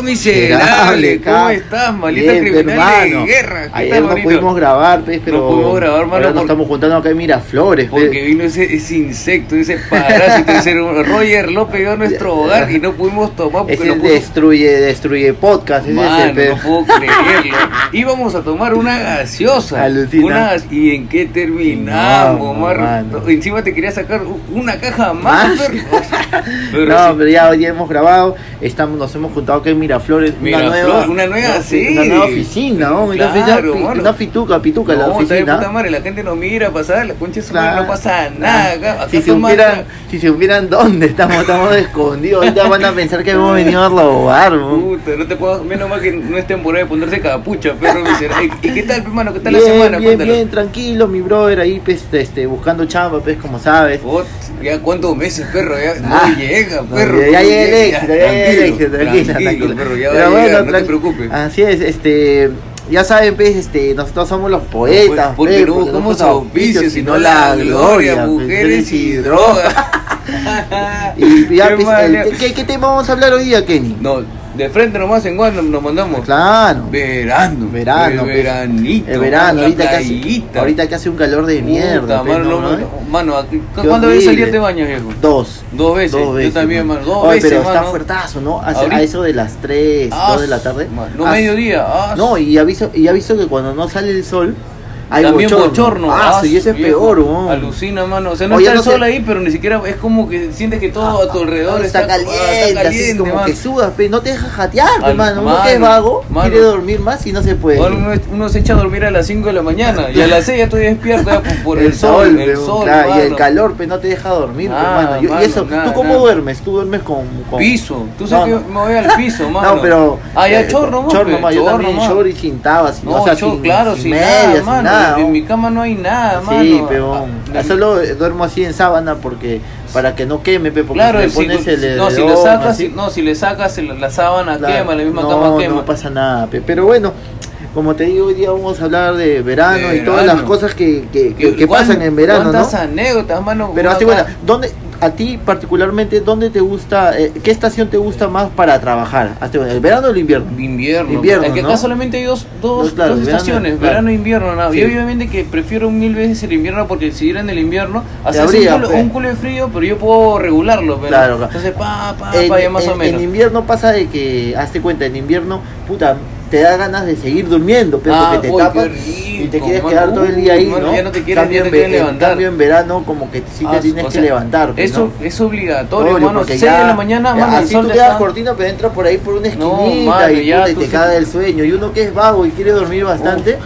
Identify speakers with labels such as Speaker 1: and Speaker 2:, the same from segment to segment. Speaker 1: miserable,
Speaker 2: Miserable,
Speaker 1: ¿cómo
Speaker 2: ca-
Speaker 1: estás, maldito
Speaker 2: Bien,
Speaker 1: criminal
Speaker 2: hermano.
Speaker 1: de guerra? ¿Qué
Speaker 2: Ayer
Speaker 1: tal,
Speaker 2: no
Speaker 1: manito?
Speaker 2: pudimos grabar, pues, pero.
Speaker 1: pudimos grabar, hermano,
Speaker 2: ahora nos
Speaker 1: porque-
Speaker 2: estamos juntando acá en Miraflores, pues.
Speaker 1: Porque vino ese, ese insecto, ese parásito, ese Roger López llegó a nuestro hogar y no pudimos tomar
Speaker 2: Es
Speaker 1: porque
Speaker 2: el
Speaker 1: no pudo
Speaker 2: destruye, destruye podcast, es ese, pues.
Speaker 1: Mano,
Speaker 2: pe.
Speaker 1: no puedo creerlo. Íbamos a tomar una gaseosa.
Speaker 2: Alucina.
Speaker 1: Una, ¿Y en qué terminamos,
Speaker 2: No,
Speaker 1: Marro?
Speaker 2: mano.
Speaker 1: Encima te quería sacar u- una caja más.
Speaker 2: Más.
Speaker 1: perro. Pero
Speaker 2: no,
Speaker 1: sí,
Speaker 2: pero ya hoy día hemos grabado, estamos, nos hemos juntado acá en Miraflores,
Speaker 1: Miraflores,
Speaker 2: una nueva,
Speaker 1: una nueva,
Speaker 2: ofi-
Speaker 1: sí.
Speaker 2: una nueva oficina, ¿no? Una
Speaker 1: Claro,
Speaker 2: oficina, pi-
Speaker 1: mano.
Speaker 2: una pituca, pituca la
Speaker 1: no, está de puta
Speaker 2: oficina.
Speaker 1: madre, la gente no mira pasar, la concha de su madre,
Speaker 2: Claro.
Speaker 1: no pasa nada. acá- acá
Speaker 2: Si
Speaker 1: toma-
Speaker 2: supieran, si supieran dónde estamos, estamos escondidos, ahorita van a pensar que hemos venido a robar, ¿no?
Speaker 1: Puta, no te puedo, menos mal que no es temporada de ponerse capucha, perro miserable. ¿Y qué tal, hermano? ¿Qué tal la semana?
Speaker 2: Bien, bien,
Speaker 1: Cuéntanos.
Speaker 2: bien, tranquilo, mi brother ahí pues, este, buscando chamba, pues como sabes.
Speaker 1: Ot, ya cuántos meses, perro, ya
Speaker 2: Ah,
Speaker 1: no llega,
Speaker 2: no,
Speaker 1: perro.
Speaker 2: Ya
Speaker 1: no
Speaker 2: llega el éxito, ya llega el éxito,
Speaker 1: tranquilo,
Speaker 2: tranquila, tranquila.
Speaker 1: perro, ya va
Speaker 2: Pero
Speaker 1: a llegar,
Speaker 2: bueno,
Speaker 1: no te
Speaker 2: tranqui- Ah,
Speaker 1: preocupes.
Speaker 2: Así es, este, ya saben, pues, este, nosotros somos los poetas,
Speaker 1: porque
Speaker 2: pues,
Speaker 1: no buscamos
Speaker 2: somos
Speaker 1: auspicio, sino la gloria, mujeres y
Speaker 2: pues,
Speaker 1: drogas.
Speaker 2: Y ya,
Speaker 1: Qué
Speaker 2: pues,
Speaker 1: mal,
Speaker 2: el- ¿qué, ¿qué tema vamos a hablar hoy día, Kenny?
Speaker 1: No, de frente nomás en Guan nos mandamos.
Speaker 2: Claro.
Speaker 1: Verano,
Speaker 2: Verano,
Speaker 1: el
Speaker 2: pues.
Speaker 1: veranito,
Speaker 2: El verano,
Speaker 1: la
Speaker 2: ahorita que, hace,
Speaker 1: playita.
Speaker 2: ahorita que hace un calor de
Speaker 1: Puta,
Speaker 2: mierda. pues,
Speaker 1: mano,
Speaker 2: ¿no?
Speaker 1: no,
Speaker 2: ¿no?
Speaker 1: mano, aquí-
Speaker 2: Qué
Speaker 1: ¿cuándo habías salido
Speaker 2: horrible.
Speaker 1: de baño, viejo?
Speaker 2: Dos.
Speaker 1: Dos veces,
Speaker 2: Dos veces,
Speaker 1: yo también, mano, dos
Speaker 2: Oye,
Speaker 1: veces,
Speaker 2: pero está
Speaker 1: mano.
Speaker 2: fuertazo, ¿no? A,
Speaker 1: Ahorita-
Speaker 2: a eso de las 3,
Speaker 1: Ah,
Speaker 2: 2 de la tarde.
Speaker 1: mano, No,
Speaker 2: Ah,
Speaker 1: mediodía. ah,
Speaker 2: No, y aviso, y aviso que cuando no sale el sol, hay
Speaker 1: También bochorno.
Speaker 2: Ah, sí, y ese es
Speaker 1: viejo.
Speaker 2: peor, weón.
Speaker 1: Alucina, mano. O sea, no
Speaker 2: Oye,
Speaker 1: está el
Speaker 2: no sé-
Speaker 1: sol ahí, pero ni siquiera es como que sientes que todo a tu alrededor
Speaker 2: Ah,
Speaker 1: está,
Speaker 2: está caliente,
Speaker 1: ah, está
Speaker 2: así es
Speaker 1: caliente,
Speaker 2: como
Speaker 1: mano.
Speaker 2: que sudas, pe, no te deja jatear, pe,
Speaker 1: Al-
Speaker 2: mano. Uno
Speaker 1: mano,
Speaker 2: que es vago,
Speaker 1: mano.
Speaker 2: quiere dormir más y no se puede.
Speaker 1: Ahora uno, es- uno se echa a dormir a las 5 de la mañana y a las 6 ya estoy despierto ya por, por el, sol, el
Speaker 2: weón,
Speaker 1: sol,
Speaker 2: claro, y
Speaker 1: mano.
Speaker 2: el calor, pe, no te deja dormir, pe,
Speaker 1: Nada,
Speaker 2: mano. Yo-
Speaker 1: mano,
Speaker 2: y eso,
Speaker 1: nada,
Speaker 2: ¿tú cómo
Speaker 1: nada.
Speaker 2: duermes? ¿Tú duermes con...? con-
Speaker 1: Piso, tú sabes
Speaker 2: No,
Speaker 1: que
Speaker 2: no.
Speaker 1: me voy al piso, mano.
Speaker 2: No, pero...
Speaker 1: Ah, ya
Speaker 2: eh,
Speaker 1: chorro, más,
Speaker 2: Chorro,
Speaker 1: pe,
Speaker 2: más, yo
Speaker 1: chorro
Speaker 2: también
Speaker 1: más.
Speaker 2: chorro y sin tabas, sin-
Speaker 1: No,
Speaker 2: o sea,
Speaker 1: yo,
Speaker 2: sin,
Speaker 1: claro,
Speaker 2: sin
Speaker 1: sin,
Speaker 2: medias,
Speaker 1: nada,
Speaker 2: sin
Speaker 1: mano.
Speaker 2: nada,
Speaker 1: en
Speaker 2: ¿no?
Speaker 1: mi cama no hay nada, mano.
Speaker 2: Sí, peón.
Speaker 1: Ah,
Speaker 2: Solo eh, duermo así en sábana porque para que no queme, pe, porque
Speaker 1: Claro,
Speaker 2: si le
Speaker 1: si
Speaker 2: pones
Speaker 1: tú-
Speaker 2: el
Speaker 1: no, si le
Speaker 2: edredón,
Speaker 1: sacas,
Speaker 2: así,
Speaker 1: si- no, si le sacas el- la sábana
Speaker 2: claro,
Speaker 1: quema, la misma
Speaker 2: no,
Speaker 1: cama quema.
Speaker 2: No pasa nada, pe. pero bueno, como te digo, hoy día vamos a hablar de verano
Speaker 1: De
Speaker 2: y todas
Speaker 1: verano.
Speaker 2: las cosas que, que, que- que
Speaker 1: ¿Cuán-
Speaker 2: pasan en verano, ¿no?
Speaker 1: ¿Cuántas anécdotas, mano?
Speaker 2: Pero
Speaker 1: Uno
Speaker 2: así,
Speaker 1: acá-
Speaker 2: bueno, ¿dónde, a ti particularmente, dónde te gusta, eh, qué estación te gusta más para trabajar? Hazte buena, ¿El verano o el invierno?
Speaker 1: Invierno.
Speaker 2: Invierno,
Speaker 1: Es que acá
Speaker 2: ¿no?
Speaker 1: solamente hay dos, dos,
Speaker 2: Dos, claro,
Speaker 1: dos
Speaker 2: verano,
Speaker 1: estaciones,
Speaker 2: claro.
Speaker 1: verano e invierno. nada.
Speaker 2: Sí.
Speaker 1: Y obviamente que prefiero mil veces el invierno porque si era en el invierno, hace
Speaker 2: abría,
Speaker 1: un, culo,
Speaker 2: pe.
Speaker 1: un culo de frío, pero yo puedo regularlo. pero-
Speaker 2: pues. Claro, claro.
Speaker 1: Entonces, pa, pa,
Speaker 2: en, e-
Speaker 1: pa, ya Ah, pues, más
Speaker 2: en-
Speaker 1: o menos.
Speaker 2: en invierno pasa de que, hazte cuenta, en invierno, puta, te da ganas de seguir durmiendo, pero
Speaker 1: Ah,
Speaker 2: porque te
Speaker 1: uy,
Speaker 2: tapas
Speaker 1: qué rico,
Speaker 2: y te quieres
Speaker 1: mano.
Speaker 2: quedar todo el día ahí,
Speaker 1: Mano,
Speaker 2: ¿no?
Speaker 1: ya no te quieres-
Speaker 2: Cambio
Speaker 1: ya no te
Speaker 2: en
Speaker 1: quieres
Speaker 2: ve- en
Speaker 1: levantar.
Speaker 2: cambio en verano como que sí te
Speaker 1: Ah,
Speaker 2: tienes
Speaker 1: o
Speaker 2: que
Speaker 1: sea,
Speaker 2: levantar, pues,
Speaker 1: Eso
Speaker 2: ¿no?
Speaker 1: es obligatorio,
Speaker 2: Obvio,
Speaker 1: mano.
Speaker 2: porque
Speaker 1: 6
Speaker 2: ya-
Speaker 1: de la mañana, mano, el
Speaker 2: Así
Speaker 1: sol
Speaker 2: tú
Speaker 1: ya
Speaker 2: quedas
Speaker 1: está-
Speaker 2: cortino, pero entras por ahí por una
Speaker 1: No,
Speaker 2: esquinita
Speaker 1: mano,
Speaker 2: y,
Speaker 1: ya
Speaker 2: puta, y
Speaker 1: tú
Speaker 2: te
Speaker 1: sí-
Speaker 2: cae el sueño. Y uno que es vago y quiere dormir bastante,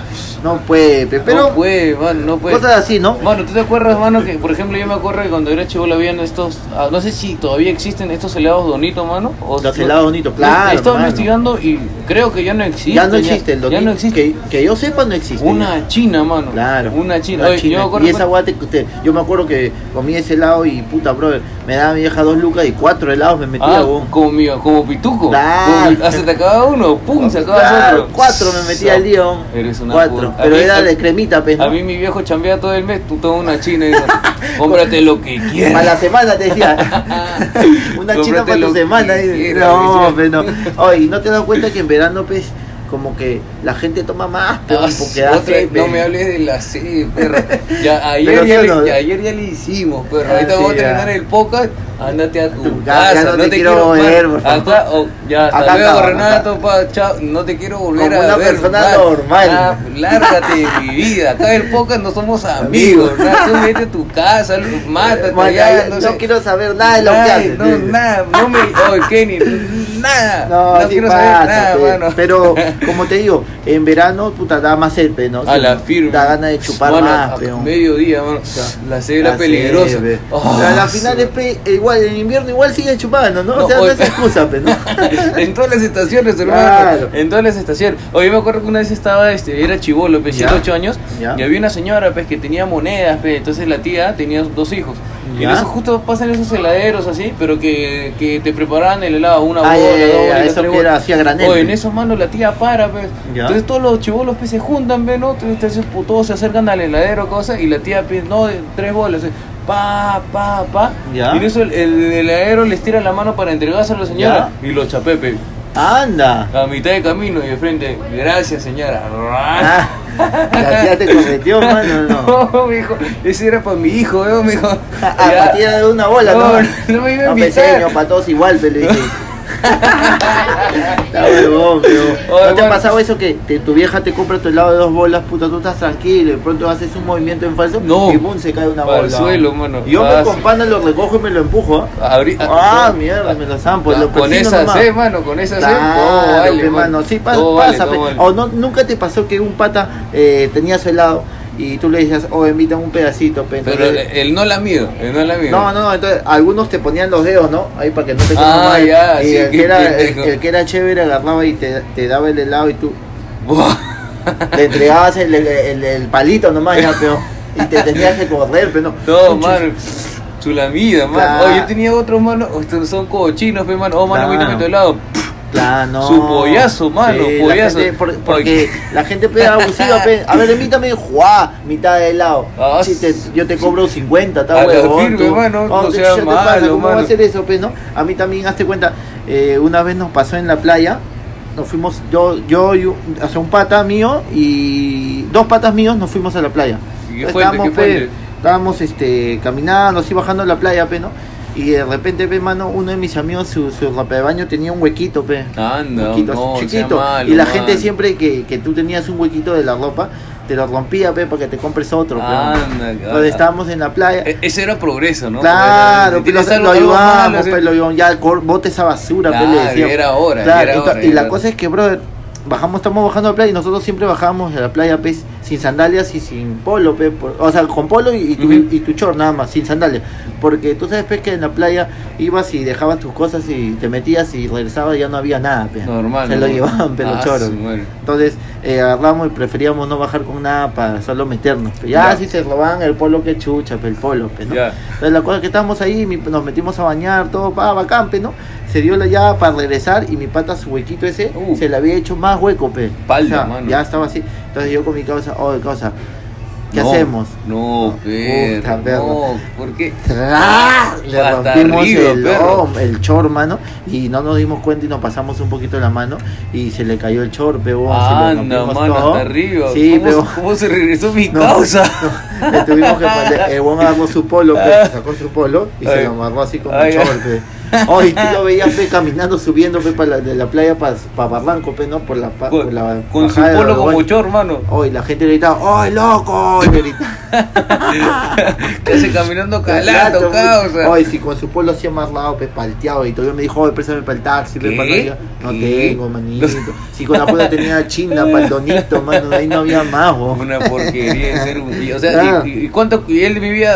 Speaker 2: no puede, pe, pero
Speaker 1: no puede, mano, no puede.
Speaker 2: cosas así, ¿no?
Speaker 1: Mano, ¿tú te acuerdas, mano, que por ejemplo yo me acuerdo que cuando era chivo habían estos, ah, no sé si todavía existen estos helados Donito, mano? O,
Speaker 2: Los helados Donito,
Speaker 1: Yo
Speaker 2: claro,
Speaker 1: Estaba
Speaker 2: mano.
Speaker 1: investigando y creo que ya no existe.
Speaker 2: ya no existe el
Speaker 1: Ya
Speaker 2: dormir,
Speaker 1: no existe.
Speaker 2: Que, que yo sepa no existe.
Speaker 1: Una china, mano.
Speaker 2: Claro.
Speaker 1: Una china.
Speaker 2: Una
Speaker 1: Oye,
Speaker 2: china.
Speaker 1: Yo me acuerdo
Speaker 2: y esa
Speaker 1: cuando-
Speaker 2: guate que usted, yo me acuerdo que comí ese helado y puta brother, me daba mi vieja dos lucas y cuatro helados me metía,
Speaker 1: Ah,
Speaker 2: weón.
Speaker 1: como, mío, como pituco.
Speaker 2: Claro.
Speaker 1: Como- ah, se te acababa uno, pum, se acababa
Speaker 2: Claro,
Speaker 1: otro.
Speaker 2: cuatro me metía al día, weón.
Speaker 1: Eres una
Speaker 2: Cuatro.
Speaker 1: puta. A
Speaker 2: Pero
Speaker 1: mí-
Speaker 2: era
Speaker 1: a-
Speaker 2: de cremita, pues.
Speaker 1: A
Speaker 2: ¿no?
Speaker 1: mí mi viejo chambea todo el mes, tú toda una china y digo, cómprate lo que
Speaker 2: Para
Speaker 1: quieras. Ah.
Speaker 2: la semana te decía. Una china
Speaker 1: Cómprate
Speaker 2: para
Speaker 1: lo
Speaker 2: tu
Speaker 1: que
Speaker 2: semana. dice.
Speaker 1: quieras,
Speaker 2: No,
Speaker 1: decía.
Speaker 2: pero no. Oye, ¿no te das cuenta que en verano, pues, como que la gente toma más, pues, pero
Speaker 1: Ah,
Speaker 2: porque da
Speaker 1: otra-
Speaker 2: sed,
Speaker 1: no
Speaker 2: pe.
Speaker 1: me hables de la C, perro. Ya, ayer,
Speaker 2: Pero
Speaker 1: ya,
Speaker 2: sí o
Speaker 1: le,
Speaker 2: no.
Speaker 1: ya ayer ya le hicimos, perro.
Speaker 2: Ah,
Speaker 1: Ahorita
Speaker 2: sí,
Speaker 1: vamos a
Speaker 2: ya.
Speaker 1: terminar el podcast. Ándate a
Speaker 2: tu
Speaker 1: tu
Speaker 2: casa,
Speaker 1: casa.
Speaker 2: no te quiero
Speaker 1: más.
Speaker 2: ver, por favor.
Speaker 1: Acá, oh, ya, hasta
Speaker 2: Acá
Speaker 1: luego,
Speaker 2: acaba,
Speaker 1: Renato.
Speaker 2: acá.
Speaker 1: pa, chao. No te quiero volver
Speaker 2: Como
Speaker 1: a
Speaker 2: una
Speaker 1: ver.
Speaker 2: persona
Speaker 1: más.
Speaker 2: normal.
Speaker 1: Ah, lárgate de mi vida. Acá en el podcast no somos amigos.
Speaker 2: Amigos.
Speaker 1: ¿no? Tú vete a tu casa, mátate.
Speaker 2: Mano,
Speaker 1: ya,
Speaker 2: ya-
Speaker 1: no,
Speaker 2: no
Speaker 1: sé.
Speaker 2: quiero saber nada de lo que
Speaker 1: Ay,
Speaker 2: haces.
Speaker 1: No,
Speaker 2: dice.
Speaker 1: nada. No me. Oye, Kenny, nada.
Speaker 2: No,
Speaker 1: No,
Speaker 2: sí
Speaker 1: quiero
Speaker 2: pasa,
Speaker 1: saber nada,
Speaker 2: pe.
Speaker 1: mano.
Speaker 2: Pero, como te digo, en verano, puta, da más sed, pe, ¿no?
Speaker 1: A la firme.
Speaker 2: Da ganas de chupar
Speaker 1: Mano, a-
Speaker 2: más,
Speaker 1: a
Speaker 2: peón.
Speaker 1: Mediodía, mano. La sed era
Speaker 2: La
Speaker 1: peligrosa.
Speaker 2: sed, pe.
Speaker 1: Oh,
Speaker 2: Pero a la
Speaker 1: su-
Speaker 2: final, es pe, eh, igual, en invierno igual sigue chupando, ¿no?
Speaker 1: No,
Speaker 2: o sea, no
Speaker 1: oye,
Speaker 2: es
Speaker 1: pe.
Speaker 2: excusa, pe, ¿no?
Speaker 1: en todas las estaciones, hermano.
Speaker 2: Claro.
Speaker 1: En todas las estaciones. Oye, me acuerdo que una vez estaba, este, era chivolo, pues,
Speaker 2: Ya.
Speaker 1: 7, 8 años.
Speaker 2: Ya.
Speaker 1: Y había una señora, pues, que tenía monedas, pues. Entonces la tía tenía dos hijos. Y en
Speaker 2: Ya.
Speaker 1: eso justo pasan esos heladeros así, pero que, que te preparaban el helado, una bola,
Speaker 2: Ah, ya,
Speaker 1: dos
Speaker 2: ya, ya,
Speaker 1: bolitas,
Speaker 2: eso
Speaker 1: tres
Speaker 2: que era
Speaker 1: bolas.
Speaker 2: así a granel,
Speaker 1: Oye,
Speaker 2: pe.
Speaker 1: en esos manos la tía para, pues.
Speaker 2: Ya.
Speaker 1: Entonces todos los chivolos pues, se juntan, ve, ¿no? Entonces te hacen pu- todos se acercan al heladero, cosa, y la tía pues, no, de- tres bolas, eh, pa, pa, pa.
Speaker 2: Ya.
Speaker 1: Y en eso el, el heladero les tira la mano para entregarse a la señora. Y los chapepe.
Speaker 2: Anda.
Speaker 1: A mitad de camino y de frente, gracias señora.
Speaker 2: Ah, la tía te correteó, mano, no.
Speaker 1: No, me dijo, ese era para mi hijo, ¿eh? me dijo.
Speaker 2: A
Speaker 1: Ya.
Speaker 2: partir Ah, de una bola, ¿no?
Speaker 1: No, no me iba a
Speaker 2: No,
Speaker 1: invitar.
Speaker 2: pequeño, para todos igual, pero dije. Está huevón, pero.
Speaker 1: Oye,
Speaker 2: ¿No te ha
Speaker 1: bueno.
Speaker 2: pasado eso que te- tu vieja te compra tu helado de dos bolas, puta, tú estás tranquilo, de pronto haces un movimiento en falso
Speaker 1: No.
Speaker 2: y pum, se cae una
Speaker 1: Al
Speaker 2: bola.
Speaker 1: suelo, mano.
Speaker 2: Y yo
Speaker 1: Ah,
Speaker 2: me
Speaker 1: sí.
Speaker 2: compana lo recojo y me lo empujo. ¿ah?
Speaker 1: Ahorita-
Speaker 2: Ah, mierda, me lo zampo,
Speaker 1: Ah,
Speaker 2: lo
Speaker 1: con
Speaker 2: persino
Speaker 1: esa
Speaker 2: nomás.
Speaker 1: C, mano, con esa C.
Speaker 2: Claro,
Speaker 1: todo vale, pues.
Speaker 2: pe, mano. Sí, pa-
Speaker 1: Todo vale,
Speaker 2: pasa,
Speaker 1: todo
Speaker 2: pe.
Speaker 1: vale.
Speaker 2: O no, nunca te pasó que un pata eh, tenía su helado y tú le decías, oh, invítame un pedacito, pe.
Speaker 1: Pero
Speaker 2: Entonces,
Speaker 1: él no la mido, él no la mido.
Speaker 2: no, no, no, entonces algunos te ponían los dedos, ¿no? Ahí para que no te
Speaker 1: Ah,
Speaker 2: comas mal.
Speaker 1: ya,
Speaker 2: y
Speaker 1: sí,
Speaker 2: el,
Speaker 1: qué
Speaker 2: que era, el,
Speaker 1: pendejo.
Speaker 2: el que era chévere agarraba y te, te daba el helado y tú le entregabas el, el- el- el palito nomás, ya, pero. Y te tenías que correr, pero no.
Speaker 1: No,
Speaker 2: Pucha,
Speaker 1: mano. Chulamida, mano.
Speaker 2: Claro.
Speaker 1: Oh, yo tenía otros, mano. Estos son cochinos, pe, mano. Oh, mano,
Speaker 2: Claro.
Speaker 1: mírame tu lado.
Speaker 2: Claro, no.
Speaker 1: Su pollazo, mano,
Speaker 2: la
Speaker 1: pollazo.
Speaker 2: gente- por- porque la gente pega abusiva, pe. A ver, invítame, juá, mitad de helado.
Speaker 1: Ah,
Speaker 2: Si te- yo te cobro 50,
Speaker 1: A
Speaker 2: está
Speaker 1: la
Speaker 2: huevón.
Speaker 1: firme,
Speaker 2: tú.
Speaker 1: mano, no
Speaker 2: ¿qué
Speaker 1: seas
Speaker 2: chucha te pasa?
Speaker 1: malo,
Speaker 2: ¿Cómo va a
Speaker 1: mano.
Speaker 2: hacer eso, pe, no? A mí también, hazte cuenta, eh, una vez nos pasó en la playa, nos fuimos, yo, yo, y un- o sea, un pata mío y dos patas míos nos fuimos a la playa.
Speaker 1: ¿Y qué fuente, qué
Speaker 2: pe,
Speaker 1: fuente?
Speaker 2: estábamos este, caminando, así bajando la playa, pe, ¿no? Y de repente, pe, mano, uno de mis amigos, su, su ropa de baño tenía un huequito, pe.
Speaker 1: Anda,
Speaker 2: Huequito, así
Speaker 1: no, sea
Speaker 2: chiquito.
Speaker 1: malo,
Speaker 2: y la
Speaker 1: mano.
Speaker 2: gente siempre que, que tú tenías un huequito de la ropa, te lo rompía, pe, para que te compres otro, pe.
Speaker 1: Anda,
Speaker 2: Entonces estábamos en la playa.
Speaker 1: E- Ese era progreso, ¿no?
Speaker 2: Claro,
Speaker 1: Porque
Speaker 2: pero
Speaker 1: era-
Speaker 2: lo,
Speaker 1: tienes
Speaker 2: lo
Speaker 1: algo- algo malo,
Speaker 2: ayudamos,
Speaker 1: así.
Speaker 2: pe, lo ayudamos, ya cor- bote esa basura, pe, le
Speaker 1: Claro,
Speaker 2: decíamos.
Speaker 1: era hora,
Speaker 2: Claro,
Speaker 1: era
Speaker 2: y, to-
Speaker 1: hora,
Speaker 2: y la
Speaker 1: era
Speaker 2: cosa es que, brother, bajamos, estamos bajando a la playa y nosotros siempre bajábamos de la playa, pe, sin sandalias y sin polo, pe, por- o sea, con polo y, y tu,
Speaker 1: Ujú.
Speaker 2: y tu short nada más, sin sandalias. Porque tú sabes, pe, que en la playa ibas y dejabas tus cosas y te metías y regresabas y ya no había nada, pe.
Speaker 1: Normal.
Speaker 2: Se
Speaker 1: ¿no?
Speaker 2: lo llevaban, pe, los
Speaker 1: Ah,
Speaker 2: choros.
Speaker 1: su madre.
Speaker 2: Entonces eh, agarramos y preferíamos no bajar con nada para solo meternos. pe. Ya,
Speaker 1: Ya.
Speaker 2: si se roban el polo, que chucha, pe, el polo. pe, ¿no?
Speaker 1: Ya.
Speaker 2: Entonces la cosa es que estábamos ahí, mi- nos metimos a bañar, todo, pa, bacán, pe, ¿no? Se dio la llave para regresar y mi pata, su huequito ese,
Speaker 1: Uh.
Speaker 2: se le había hecho más hueco, pe.
Speaker 1: Palda, mano.
Speaker 2: Ya estaba así. Entonces yo con mi causa, oh, causa, ¿qué
Speaker 1: No,
Speaker 2: hacemos? Ah,
Speaker 1: No, perro.
Speaker 2: Puta, perro.
Speaker 1: No, ¿por qué?
Speaker 2: ¡Tra! Le
Speaker 1: Hasta
Speaker 2: rompimos
Speaker 1: arriba,
Speaker 2: el,
Speaker 1: perro.
Speaker 2: oh, el chor, mano, y no nos dimos cuenta y nos pasamos un poquito la mano y se le cayó el chor, pe, huevón, se lo
Speaker 1: Anda,
Speaker 2: rompimos
Speaker 1: mano,
Speaker 2: todo.
Speaker 1: hasta arriba.
Speaker 2: Sí,
Speaker 1: ¿Cómo,
Speaker 2: pero
Speaker 1: ¿Cómo se regresó mi
Speaker 2: No.
Speaker 1: causa?
Speaker 2: le tuvimos que poner, el huevón agarró su polo, pe, sacó su polo y se
Speaker 1: Ah. Ay.
Speaker 2: lo amarró así como
Speaker 1: Ay,
Speaker 2: el chor, pe. Oh, y tú lo veías, pe, caminando, subiendo, pe, pa la- de la playa para Barranco, pe, no, por la, pa- por
Speaker 1: Con,
Speaker 2: la
Speaker 1: con su
Speaker 2: bajada de
Speaker 1: polo
Speaker 2: Barranco.
Speaker 1: como chor, mano.
Speaker 2: Oh, y la gente gritaba, ¡ay, loco! Y gritaba.
Speaker 1: Casi caminando calando,
Speaker 2: Gato,
Speaker 1: causa.
Speaker 2: Oye, si con su pueblo hacía más lado, pues palteado. Y todavía me dijo, oye, préstame para el taxi, pe,
Speaker 1: ¿Qué?
Speaker 2: para allá. No
Speaker 1: ¿Qué?
Speaker 2: tengo, manito. Si con la puta tenía china, paldonito, mano, ahí no había más, bo.
Speaker 1: Una porquería de ser un O sea,
Speaker 2: Claro.
Speaker 1: y, y cuánto y él vivía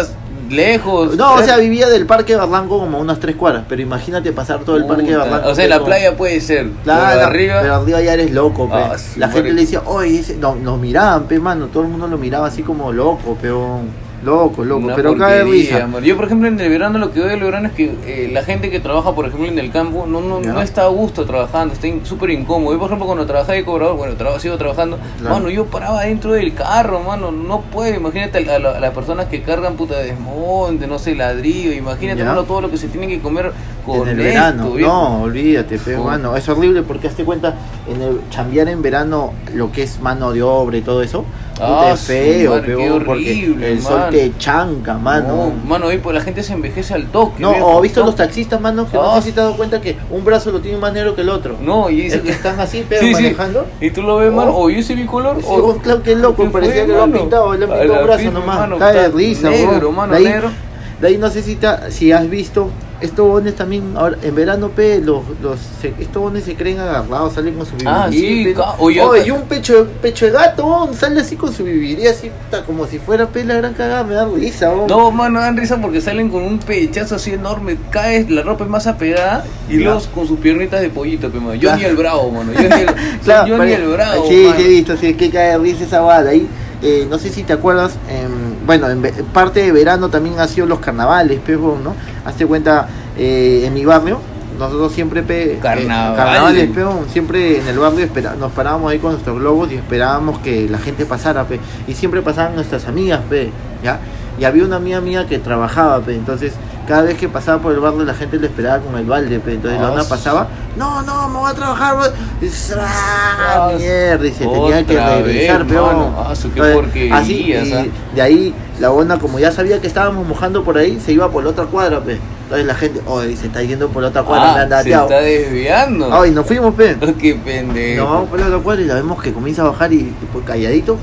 Speaker 1: lejos?
Speaker 2: Ah. No, o sea, vivía del parque Barranco como a unas tres cuadras, pero imagínate pasar todo el parque
Speaker 1: Puta.
Speaker 2: Barranco.
Speaker 1: O sea, en la
Speaker 2: como-
Speaker 1: playa puede ser.
Speaker 2: Claro,
Speaker 1: pero arriba.
Speaker 2: pero arriba ya eres loco, pe.
Speaker 1: Ah, sí,
Speaker 2: la gente
Speaker 1: marico.
Speaker 2: le decía, oye, ese... no, nos miraban, pe, mano, todo el mundo lo miraba así como loco, peón, loco, loco,
Speaker 1: Una
Speaker 2: pero cae
Speaker 1: porquería,
Speaker 2: risa.
Speaker 1: amor. Yo, por ejemplo, en el verano lo que veo del verano es que eh, la gente que trabaja, por ejemplo, en el campo, no, no,
Speaker 2: Ya.
Speaker 1: no está a gusto trabajando, está in- súper incómodo. Yo, por ejemplo, cuando trabajaba de cobrador, bueno, traba- sigo trabajando,
Speaker 2: Claro.
Speaker 1: mano, yo paraba dentro del carro, mano, no puedo. Imagínate a, la- a la- a las personas que cargan puta desmonte, no sé, ladrillo, imagínate,
Speaker 2: Ya.
Speaker 1: mano, todo lo que se tienen que comer con
Speaker 2: en el
Speaker 1: esto,
Speaker 2: verano.
Speaker 1: viejo.
Speaker 2: No, olvídate, pe,
Speaker 1: Joder.
Speaker 2: mano. Es horrible porque hazte cuenta, en el chambear en verano, lo que es mano de obra y todo eso, puta,
Speaker 1: Ah,
Speaker 2: es feo,
Speaker 1: su madre,
Speaker 2: pe,
Speaker 1: qué
Speaker 2: porque
Speaker 1: horrible,
Speaker 2: el sol
Speaker 1: mano.
Speaker 2: te chanca, mano.
Speaker 1: No, mano, ahí pues, la gente se envejece al toque.
Speaker 2: No,
Speaker 1: viejo,
Speaker 2: o visto
Speaker 1: ¿no?
Speaker 2: los taxistas, mano, que no
Speaker 1: Ah,
Speaker 2: sé si te has dado cuenta que un brazo lo tiene más negro que el otro.
Speaker 1: No, y
Speaker 2: es
Speaker 1: dice
Speaker 2: que están así, pero
Speaker 1: Sí, sí.
Speaker 2: manejando.
Speaker 1: Y tú lo ves, mano,
Speaker 2: Oh.
Speaker 1: o yo soy bicolor,
Speaker 2: Sí,
Speaker 1: o,
Speaker 2: vos, claro que es loco,
Speaker 1: ¿Qué
Speaker 2: parecía
Speaker 1: fue,
Speaker 2: que lo han
Speaker 1: mano?
Speaker 2: pintado, le han
Speaker 1: A
Speaker 2: pintado
Speaker 1: la
Speaker 2: un brazo
Speaker 1: firme,
Speaker 2: nomás.
Speaker 1: mano,
Speaker 2: Cae de
Speaker 1: está
Speaker 2: risa,
Speaker 1: negro,
Speaker 2: vos.
Speaker 1: mano,
Speaker 2: de ahí,
Speaker 1: negro.
Speaker 2: de ahí no sé si, te ha- si has visto, estos bones también, ahora en verano, pe, los, los, se- estos bones se creen agarrados, salen con su viviría.
Speaker 1: Ah, sí,
Speaker 2: pe,
Speaker 1: ca-
Speaker 2: ¿no?
Speaker 1: oye,
Speaker 2: Oh,
Speaker 1: acá-
Speaker 2: y un pecho, pecho de gato, vos, sale así con su viviría, así, puta, como si fuera, pe, la gran cagada, me da risa, vos.
Speaker 1: No, mano, dan risa porque salen con un pechazo así enorme, cae, la ropa es más apegada y
Speaker 2: Ya.
Speaker 1: los con sus piernitas de pollito, pe, mano.
Speaker 2: Ya.
Speaker 1: Johnny el Bravo, mano. Johnny el,
Speaker 2: Claro,
Speaker 1: Johnny
Speaker 2: pare-
Speaker 1: el Bravo.
Speaker 2: Sí,
Speaker 1: mano.
Speaker 2: sí, he visto, sí, que cae de risa esa bala ahí. Eh, no sé si te acuerdas, em, bueno, en ve- parte de verano también han sido los carnavales, pues, vos, ¿no? Hazte cuenta, eh, en mi barrio, nosotros siempre, pe, eh,
Speaker 1: Carnaval.
Speaker 2: carnavales, pe, vos, siempre en el barrio espera- nos parábamos ahí con nuestros globos y esperábamos que la gente pasara, pe, y siempre pasaban nuestras amigas, pe, ¿ya? Y había una amiga mía que trabajaba, pe, entonces cada vez que pasaba por el barrio la gente le esperaba con el balde, pe, entonces
Speaker 1: Ah,
Speaker 2: la una
Speaker 1: sí.
Speaker 2: pasaba, no, no, me voy a trabajar, voy". y ¡zra!
Speaker 1: Ah,
Speaker 2: mierda, y se tenía que
Speaker 1: otra vez,
Speaker 2: regresar,
Speaker 1: mano.
Speaker 2: peón.
Speaker 1: Ah, su, qué
Speaker 2: Entonces,
Speaker 1: porquería,
Speaker 2: así, y
Speaker 1: ¿sabes?
Speaker 2: de ahí la onda, como ya sabía que estábamos mojando por ahí, se iba por la otra cuadra, pe. Entonces la gente, oye, se está yendo por la otra cuadra, le han
Speaker 1: Ah, se
Speaker 2: dateado".
Speaker 1: está desviando.
Speaker 2: Ay, pues, nos fuimos, pe.
Speaker 1: Qué pendejo.
Speaker 2: Nos vamos por la otra cuadra y la vemos que comienza a bajar y, y por calladito.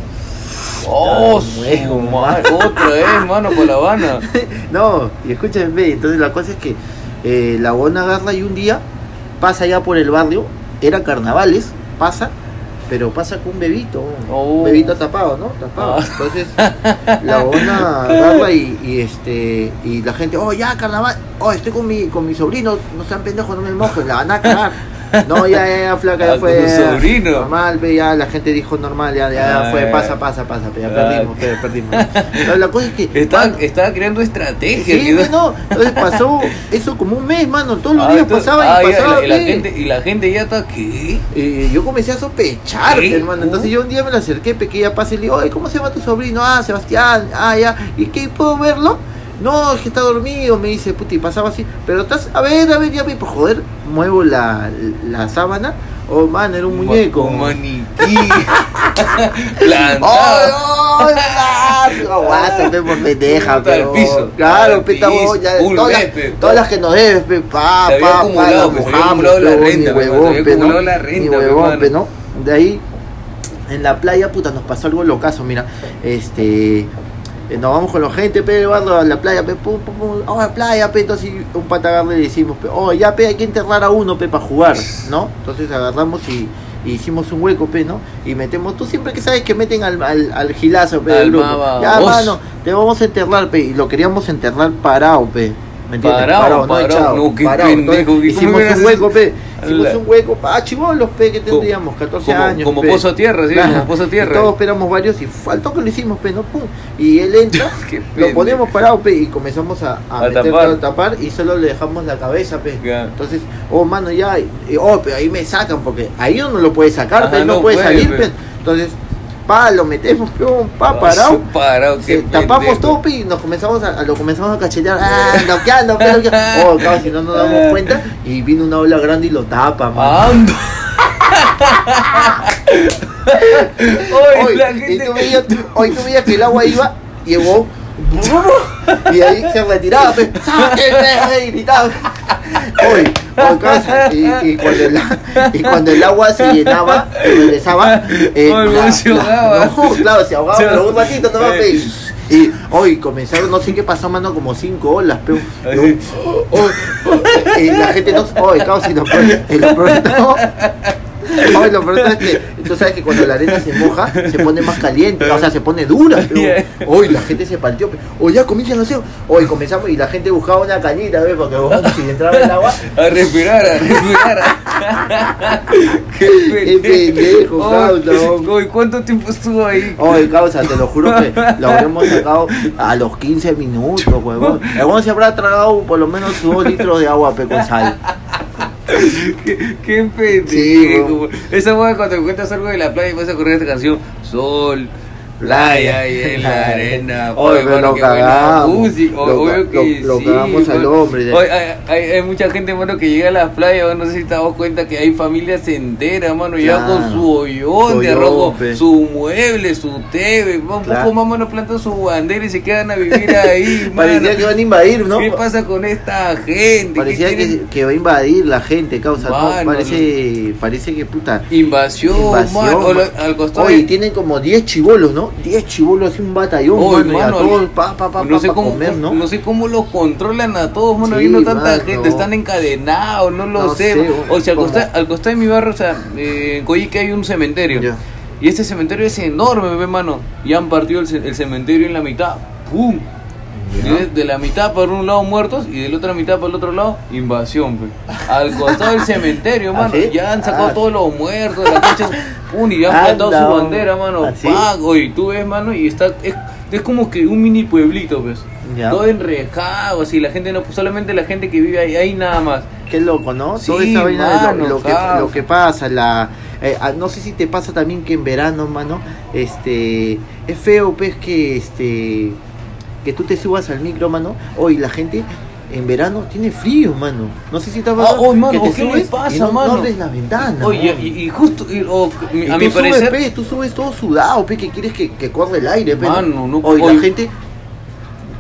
Speaker 1: Oh,
Speaker 2: Ya,
Speaker 1: su
Speaker 2: huevo,
Speaker 1: madre. Otra vez, mano, con La Habana.
Speaker 2: no, y escúchame, ve, entonces la cosa es que eh, la buena agarra y un día pasa ya por el barrio, era carnavales, pasa, pero pasa con un bebito, un
Speaker 1: Oh.
Speaker 2: bebito tapado, ¿no? Tapado.
Speaker 1: Ah.
Speaker 2: Entonces la buena agarra y, y, este y la gente, oh ya carnaval, oh estoy con mi, con mi sobrino, no sean pendejos, no me mojen, la van a cagar. No, ya, ya, ya, flaca,
Speaker 1: Ah,
Speaker 2: ya
Speaker 1: con
Speaker 2: fue.
Speaker 1: tu sobrino.
Speaker 2: Normal, ve, ya, la gente dijo normal, ya, ya,
Speaker 1: Ah,
Speaker 2: fue,
Speaker 1: ya,
Speaker 2: pasa,
Speaker 1: ya.
Speaker 2: pasa, pasa, pe, ya
Speaker 1: Ah.
Speaker 2: perdimos, pe, perdimos. Pero la cosa es que.
Speaker 1: Estaba,
Speaker 2: mano,
Speaker 1: estaba creando estrategia.
Speaker 2: Sí,
Speaker 1: que-
Speaker 2: güey, no, entonces pasó eso como un mes, mano. Todos los
Speaker 1: Ah,
Speaker 2: días
Speaker 1: entonces-
Speaker 2: pasaba
Speaker 1: ah,
Speaker 2: y
Speaker 1: ya,
Speaker 2: pasaba.
Speaker 1: y la, y la
Speaker 2: güey.
Speaker 1: gente, y la gente ya está aquí.
Speaker 2: Eh, yo comencé a sospechar,
Speaker 1: ¿Qué?
Speaker 2: hermano. Entonces
Speaker 1: ¿Cómo?
Speaker 2: yo un día me lo acerqué, pequeña pasa y le digo, "Oye, ¿cómo se llama tu sobrino? Ah, Sebastián, ah, ya. ¿Y qué? ¿Puedo verlo? No, es que está dormido, me dice, puti, pasaba así. Pero estás, a ver, a ver, ya vi, por joder, muevo la, la sábana. Oh, man, era un muñeco.
Speaker 1: Un maniquí. Plantado.
Speaker 2: ¡Oh, no! Aguanta, pe, por pendeja,
Speaker 1: Puta, al
Speaker 2: pero.
Speaker 1: piso, al
Speaker 2: Claro, pe,
Speaker 1: piso,
Speaker 2: estamos ya.
Speaker 1: full
Speaker 2: Todas,
Speaker 1: vez, pe.
Speaker 2: las- todas las que nos debes, pe, pa,
Speaker 1: Se había
Speaker 2: pa, pa,
Speaker 1: acumulado,
Speaker 2: nos
Speaker 1: pe, se había
Speaker 2: mojamos,
Speaker 1: acumulado la
Speaker 2: pe, huevón,
Speaker 1: renta,
Speaker 2: ni
Speaker 1: pe, se
Speaker 2: huevón,
Speaker 1: había
Speaker 2: pe, ¿no?
Speaker 1: acumulado la
Speaker 2: Ni
Speaker 1: renta, pues, pe,
Speaker 2: huevón, pe,
Speaker 1: mano.
Speaker 2: ¿no? De ahí, en la playa, puta, nos pasó algo locazo, mira. Este. eh, Nos vamos con la gente, pe, Eduardo, a la playa, pe, pum, pum, pum, oh, a la playa, pe, entonces un pata agarra y le decimos, pe, oh, ya, pe, hay que enterrar a uno, pe, para jugar, ¿no? Entonces agarramos y, y hicimos un hueco, pe, ¿no? Y metemos, tú siempre que sabes que meten al, al, al gilazo, pe, del
Speaker 1: Al
Speaker 2: grupo.
Speaker 1: baba,
Speaker 2: ya,
Speaker 1: vos.
Speaker 2: mano, te vamos a enterrar, pe, y lo queríamos enterrar parado, pe. ¿Me entiendes?
Speaker 1: Parado, parado,
Speaker 2: echado,
Speaker 1: no, qué
Speaker 2: parado. Entonces,
Speaker 1: pendejo, ¿qué- cómo
Speaker 2: hicimos
Speaker 1: hubieras
Speaker 2: un hueco, pe.
Speaker 1: Ala.
Speaker 2: Hicimos un hueco, pa, chivolos, pe, que
Speaker 1: Como-
Speaker 2: tendríamos, 14
Speaker 1: como-
Speaker 2: años.
Speaker 1: como
Speaker 2: pe.
Speaker 1: pozo a tierra, sí,
Speaker 2: Claro.
Speaker 1: como pozo a tierra.
Speaker 2: Y todos esperamos varios y faltó que lo hicimos, pe, no, pum. Y él entra,
Speaker 1: Qué
Speaker 2: lo
Speaker 1: pendejo.
Speaker 2: ponemos parado, pe, y comenzamos a, a,
Speaker 1: A
Speaker 2: meter,
Speaker 1: tapar.
Speaker 2: a tapar y solo le dejamos la cabeza, pe.
Speaker 1: Ya.
Speaker 2: Entonces, oh, mano, ya, y- y, oh, pero ahí me sacan, porque ahí uno no lo puede sacar,
Speaker 1: Ajá,
Speaker 2: pe, no,
Speaker 1: no
Speaker 2: puede,
Speaker 1: puede,
Speaker 2: salir,
Speaker 1: pe.
Speaker 2: pe. Entonces, pa, lo metemos, pe, pa,
Speaker 1: Ah,
Speaker 2: parado.
Speaker 1: su parado, qué
Speaker 2: Sí, tapamos
Speaker 1: pendejo.
Speaker 2: todo pe, y nos comenzamos a, a- lo comenzamos a cachetear, ah, noqueando, pero oh, casi no nos damos cuenta y vino una ola grande y lo tapa, man.
Speaker 1: Ah, Ando. Hoy,
Speaker 2: Hoy,
Speaker 1: la
Speaker 2: y
Speaker 1: gente.
Speaker 2: tú veías, hoy tú veías que el agua iba y llegó y ahí se retiraba, pe,
Speaker 1: Ah,
Speaker 2: "Sáquenme",
Speaker 1: eh,
Speaker 2: y gritaba. Hoy, hoy casi, y, y cuando el, y cuando el agua se llenaba, y regresaba, eh,
Speaker 1: Oh, el
Speaker 2: la-
Speaker 1: buen se
Speaker 2: la-
Speaker 1: ahogaba.
Speaker 2: no, claro, se ahogaba,
Speaker 1: Se
Speaker 2: pero un
Speaker 1: ahogaba. Eh.
Speaker 2: ratito nomás, pe, y- y hoy comenzaron, no sé qué pasó, mano, como cinco olas, pero
Speaker 1: Ay.
Speaker 2: y la gente no, hoy casi no puede, y lo peor de todo- Ay, lo peor de todo es que tú sabes que cuando la arena se moja se pone más caliente, o sea, se pone dura. pero-
Speaker 1: Yeah.
Speaker 2: Hoy la gente se partió. pero- Hoy ya comienzan los Hoy comenzamos y la gente buscaba una cañita, ¿ves? Porque bueno, si entraba el agua,
Speaker 1: A respirar, a respirar. Qué
Speaker 2: Qué pendejo, causa,
Speaker 1: Hoy, hoy, ¿cuánto tiempo estuvo ahí?
Speaker 2: Oye, causa, te lo juro que lo habremos sacado a los 15 minutos, huevón. El huevón se habrá tragado por lo menos 2 litros de agua, pe, con sal.
Speaker 1: Qué, qué
Speaker 2: Sí,
Speaker 1: pendejo.
Speaker 2: bro.
Speaker 1: Esa hueá cuando encuentras algo de la playa y vas a correr esta canción. Sol. Playa y en la arena.
Speaker 2: Oye,
Speaker 1: Oye,
Speaker 2: pero
Speaker 1: mano,
Speaker 2: lo
Speaker 1: qué buena
Speaker 2: cagamos.
Speaker 1: música.
Speaker 2: Lo
Speaker 1: Obvio
Speaker 2: ca-
Speaker 1: que
Speaker 2: lo- lo
Speaker 1: sí,
Speaker 2: cagamos al
Speaker 1: mano.
Speaker 2: hombre.
Speaker 1: Oye, hay, hay- hay mucha gente, mano, que llega a las playas. mano, No sé si te has dado cuenta que hay familias enteras, mano. Ya
Speaker 2: Claro.
Speaker 1: con su hoyón de
Speaker 2: Hoyón,
Speaker 1: arroz,
Speaker 2: pe.
Speaker 1: su mueble, su TV. Un
Speaker 2: Claro.
Speaker 1: poco más, mano, plantan su bandera y se quedan a vivir ahí, mano.
Speaker 2: Parecía que iban a invadir, ¿no?
Speaker 1: ¿Qué pasa con esta gente? ¿Qué
Speaker 2: Parecía
Speaker 1: tienen?
Speaker 2: que, que va a invadir la gente, causa. ¿no?
Speaker 1: Mano,
Speaker 2: Parece, parece que puta.
Speaker 1: Invasión,
Speaker 2: invasión,
Speaker 1: mano. O la-
Speaker 2: man.
Speaker 1: al costado.
Speaker 2: Oye,
Speaker 1: de-
Speaker 2: tienen como 10 chivolos, ¿no? 10 chivolos y un batallón,
Speaker 1: Oye,
Speaker 2: mano, y a
Speaker 1: mano,
Speaker 2: todos pa, pa, pa,
Speaker 1: no
Speaker 2: pa,
Speaker 1: sé
Speaker 2: pa
Speaker 1: cómo,
Speaker 2: comer, ¿no?
Speaker 1: ¿no? sé cómo los controlan a todos, mano,
Speaker 2: Sí,
Speaker 1: viendo tanta
Speaker 2: mano.
Speaker 1: gente, están encadenados, no lo
Speaker 2: No
Speaker 1: sé.
Speaker 2: sé,
Speaker 1: o sea, al
Speaker 2: ¿cómo?
Speaker 1: costa- al costado de mi barrio, o sea, eh, en Coyique hay un cementerio.
Speaker 2: Ya.
Speaker 1: Y este cementerio es enorme, ve, mano. Y han partido el, ce- el cementerio en la mitad. ¡Pum! Y de, de la mitad por un lado muertos y de la otra mitad por el otro lado invasión. pe. Al costado del cementerio,
Speaker 2: ¿Ah,
Speaker 1: mano,
Speaker 2: sí?
Speaker 1: ya han sacado
Speaker 2: Ah.
Speaker 1: todos los muertos, las conchas, pum, y han
Speaker 2: Anda,
Speaker 1: plantado su
Speaker 2: hombre.
Speaker 1: bandera, mano.
Speaker 2: ¿Ah, sí?
Speaker 1: pa, Oye, tú ves, mano, y está. Es, es como que un mini pueblito, pues.
Speaker 2: Ya.
Speaker 1: Todo enrejado, así. La gente no. pues, Solamente la gente que vive ahí, ahí nada más.
Speaker 2: Qué loco, ¿no?
Speaker 1: Sí,
Speaker 2: Toda esa vaina de lo-
Speaker 1: mano,
Speaker 2: lo, que,
Speaker 1: caos.
Speaker 2: lo que pasa, la... eh, ah, no sé si te pasa también que en verano, mano, este... Es feo, pues, que este... Que tú te subas al micro, mano, hoy la gente en verano tiene frío, mano. No sé si te has
Speaker 1: Ah,
Speaker 2: pasado
Speaker 1: oh, mano,
Speaker 2: que
Speaker 1: ¿qué me pasa,
Speaker 2: y no, no
Speaker 1: mano?
Speaker 2: abres la ventana.
Speaker 1: Oye,
Speaker 2: mano.
Speaker 1: y, y justo, y- o-
Speaker 2: Ah, Y
Speaker 1: a
Speaker 2: tú
Speaker 1: mi
Speaker 2: subes,
Speaker 1: parecer,
Speaker 2: pe, tú subes todo sudado, pe, que quieres que, que corra el aire, pe.
Speaker 1: Mano, no-
Speaker 2: Oye,
Speaker 1: oye.
Speaker 2: la gente.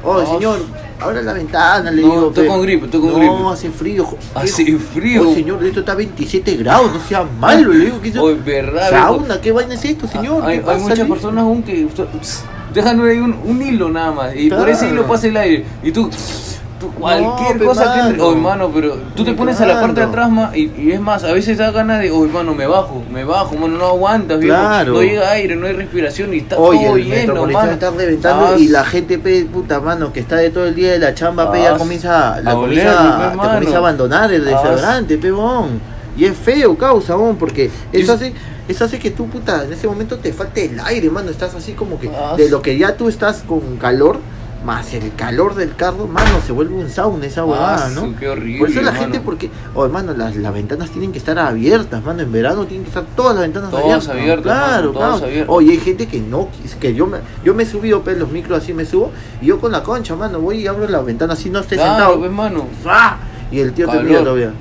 Speaker 2: Oye,
Speaker 1: No.
Speaker 2: señor, abra la ventana, le
Speaker 1: No,
Speaker 2: digo.
Speaker 1: estoy
Speaker 2: pe.
Speaker 1: con gripe, estoy con
Speaker 2: no,
Speaker 1: gripe.
Speaker 2: hace frío. jo-
Speaker 1: Hace
Speaker 2: viejo.
Speaker 1: frío.
Speaker 2: Oye, señor, esto está a 27 grados, no sea malo, le digo. ¿qué es-
Speaker 1: Oye, verdad,
Speaker 2: Sauna, ¿qué vaina es esto, señor?
Speaker 1: hay, hay
Speaker 2: ¿Qué pasa,
Speaker 1: muchas
Speaker 2: le?
Speaker 1: personas aún que pss, dejan ahí un, un hilo nada más y por ese
Speaker 2: Claro.
Speaker 1: hilo pasa el aire y tú, pss, tú cualquier
Speaker 2: pe,
Speaker 1: cosa que entre,
Speaker 2: mano.
Speaker 1: oh hermano, pero tú te
Speaker 2: Mi
Speaker 1: pones a la parte de
Speaker 2: mano.
Speaker 1: atrás ma, y, y es más, a veces da ganas de, oh hermano, me bajo, me bajo, mano, no aguantas, viejo,
Speaker 2: Claro.
Speaker 1: no llega aire, no hay respiración y está
Speaker 2: Oye,
Speaker 1: todo
Speaker 2: el
Speaker 1: lleno,
Speaker 2: metropolitano
Speaker 1: mano.
Speaker 2: está reventando
Speaker 1: Ah,
Speaker 2: y la gente, pe, puta mano, que está de todo el día de la chamba, pe, ya
Speaker 1: Ah,
Speaker 2: comienza, la
Speaker 1: a
Speaker 2: comienza,
Speaker 1: olerlo, pe,
Speaker 2: te
Speaker 1: mano.
Speaker 2: comienza a abandonar el
Speaker 1: Ah,
Speaker 2: desodorante, pe, bon. Y es feo, causa, bon, porque
Speaker 1: Y
Speaker 2: eso
Speaker 1: es-
Speaker 2: hace, eso hace que tú, puta, en ese momento te falte el aire, mano, estás así como que,
Speaker 1: Ah,
Speaker 2: de
Speaker 1: sí.
Speaker 2: lo que ya tú estás con calor, más el calor del carro, mano, se vuelve un sauna esa huevada,
Speaker 1: ah,
Speaker 2: ¿no?
Speaker 1: su, Qué horrible,
Speaker 2: Por eso la
Speaker 1: hermano.
Speaker 2: gente, porque, oh, hermano, las, las ventanas tienen que estar abiertas, mano. En verano tienen que estar todas las ventanas
Speaker 1: Todas
Speaker 2: abiertas.
Speaker 1: abiertas,
Speaker 2: Claro,
Speaker 1: mano, todas
Speaker 2: claro.
Speaker 1: abiertas.
Speaker 2: Oye, hay gente que no, quis- que yo me, yo me he subido, pues, los micros así me subo, y yo con la concha, mano, voy y abro la ventana así, no esté
Speaker 1: Claro,
Speaker 2: sentado.
Speaker 1: pues, mano.
Speaker 2: ¡Ah! Y el tío
Speaker 1: Calor.
Speaker 2: te mira todavía.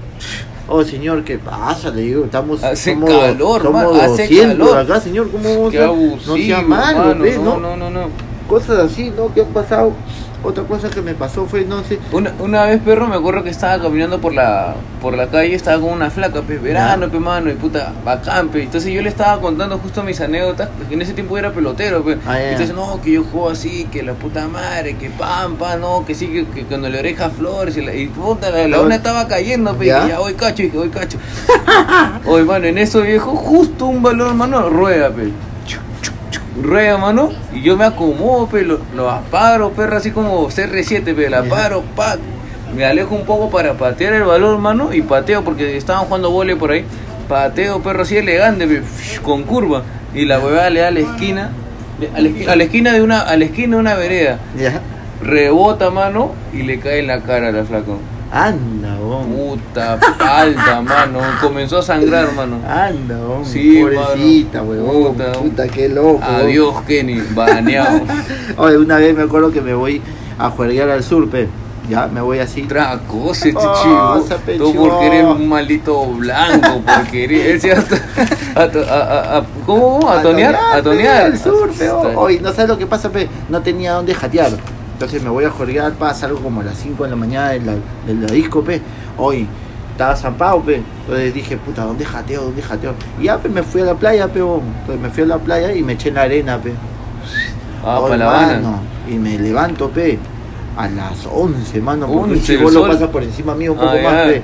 Speaker 2: Oh, señor, ¿qué pasa? Le digo, estamos.
Speaker 1: Hace
Speaker 2: somos-
Speaker 1: calor,
Speaker 2: somos
Speaker 1: mano, hace
Speaker 2: 200
Speaker 1: calor.
Speaker 2: acá, señor, ¿cómo vamos
Speaker 1: Qué
Speaker 2: a-
Speaker 1: abusivo,
Speaker 2: No sea malo,
Speaker 1: mano,
Speaker 2: ¿ves?
Speaker 1: no,
Speaker 2: ¿no?
Speaker 1: no, no, no.
Speaker 2: Cosas así, ¿no? ¿Qué ha pasado? Otra cosa que me pasó fue, no sé.
Speaker 1: Una, una vez, perro, me acuerdo que estaba caminando por la, por la calle, estaba con una flaca, pues, verano, pe, mano, y puta, bacán, pe. Entonces yo le estaba contando justo mis anécdotas, porque en ese tiempo yo era pelotero, pe.
Speaker 2: Ah, ya.
Speaker 1: Entonces, no, que yo juego así, que la puta madre, que pampa, no, que sí, que, que cuando le oreja flores, y, la, y puta, la, la
Speaker 2: Ah,
Speaker 1: una estaba cayendo, pe,
Speaker 2: ya.
Speaker 1: y ya, hoy cacho, y que hoy cacho. Oye, mano, en eso, viejo, justo un balón, mano, rueda, pe. Chu, chu, chu, Rueda, mano, y yo me acomodo, pe, lo, lo aparo, perro, así como CR7, pe, la
Speaker 2: Ya.
Speaker 1: aparo, pa. Me alejo un poco para patear el balón, mano, y pateo, porque estaban jugando vole por ahí. Pateo, perro, así elegante, pe, con curva. Y la huevada le da a la esquina, le- a la esquina, a la esquina de una, a la esquina de una vereda.
Speaker 2: Ya.
Speaker 1: Rebota, mano, y le cae en la cara a la flaca.
Speaker 2: Anda, vamos.
Speaker 1: Puta, alta, mano. Comenzó a sangrar, mano.
Speaker 2: Ah, Anda, hombre.
Speaker 1: Sí,
Speaker 2: pobrecita,
Speaker 1: mano.
Speaker 2: huevón.
Speaker 1: Puta,
Speaker 2: Puta,
Speaker 1: hombre.
Speaker 2: qué loco.
Speaker 1: Adiós, Kenny, baneado.
Speaker 2: huevón. Oye, una vez me acuerdo que me voy a juerguear al sur, pe. Ya, me voy así.
Speaker 1: Traco, ese
Speaker 2: Oh,
Speaker 1: este chivo.
Speaker 2: ese
Speaker 1: Todo
Speaker 2: chivo.
Speaker 1: porque eres un maldito blanco, porque eres. Él se hasta. A, to- a, a- a- ¿Cómo? ¿A tonear?
Speaker 2: pe,
Speaker 1: A tonear.
Speaker 2: Al sur, pe.
Speaker 1: Hasta-
Speaker 2: Oye, no sabes lo que pasa, pe. No tenía dónde jatear. Entonces me voy a juerguear, pasa algo como a las 5 de la mañana de la, de la disco, pe. Oye, estaba zampado, pe. Entonces dije, puta, ¿dónde jateo? ¿Dónde jateo? Y ya, pe, me fui a la playa, pe. huevón. Entonces me fui a la playa y me eché en la arena, pe.
Speaker 1: Ah,
Speaker 2: Ay,
Speaker 1: para la Habana.
Speaker 2: mano, Y me levanto, pe, a las 11, mano, porque un
Speaker 1: 11 el
Speaker 2: chivolo
Speaker 1: sol.
Speaker 2: pasa por encima mío un poco
Speaker 1: Ah,
Speaker 2: más,
Speaker 1: ya.
Speaker 2: pe.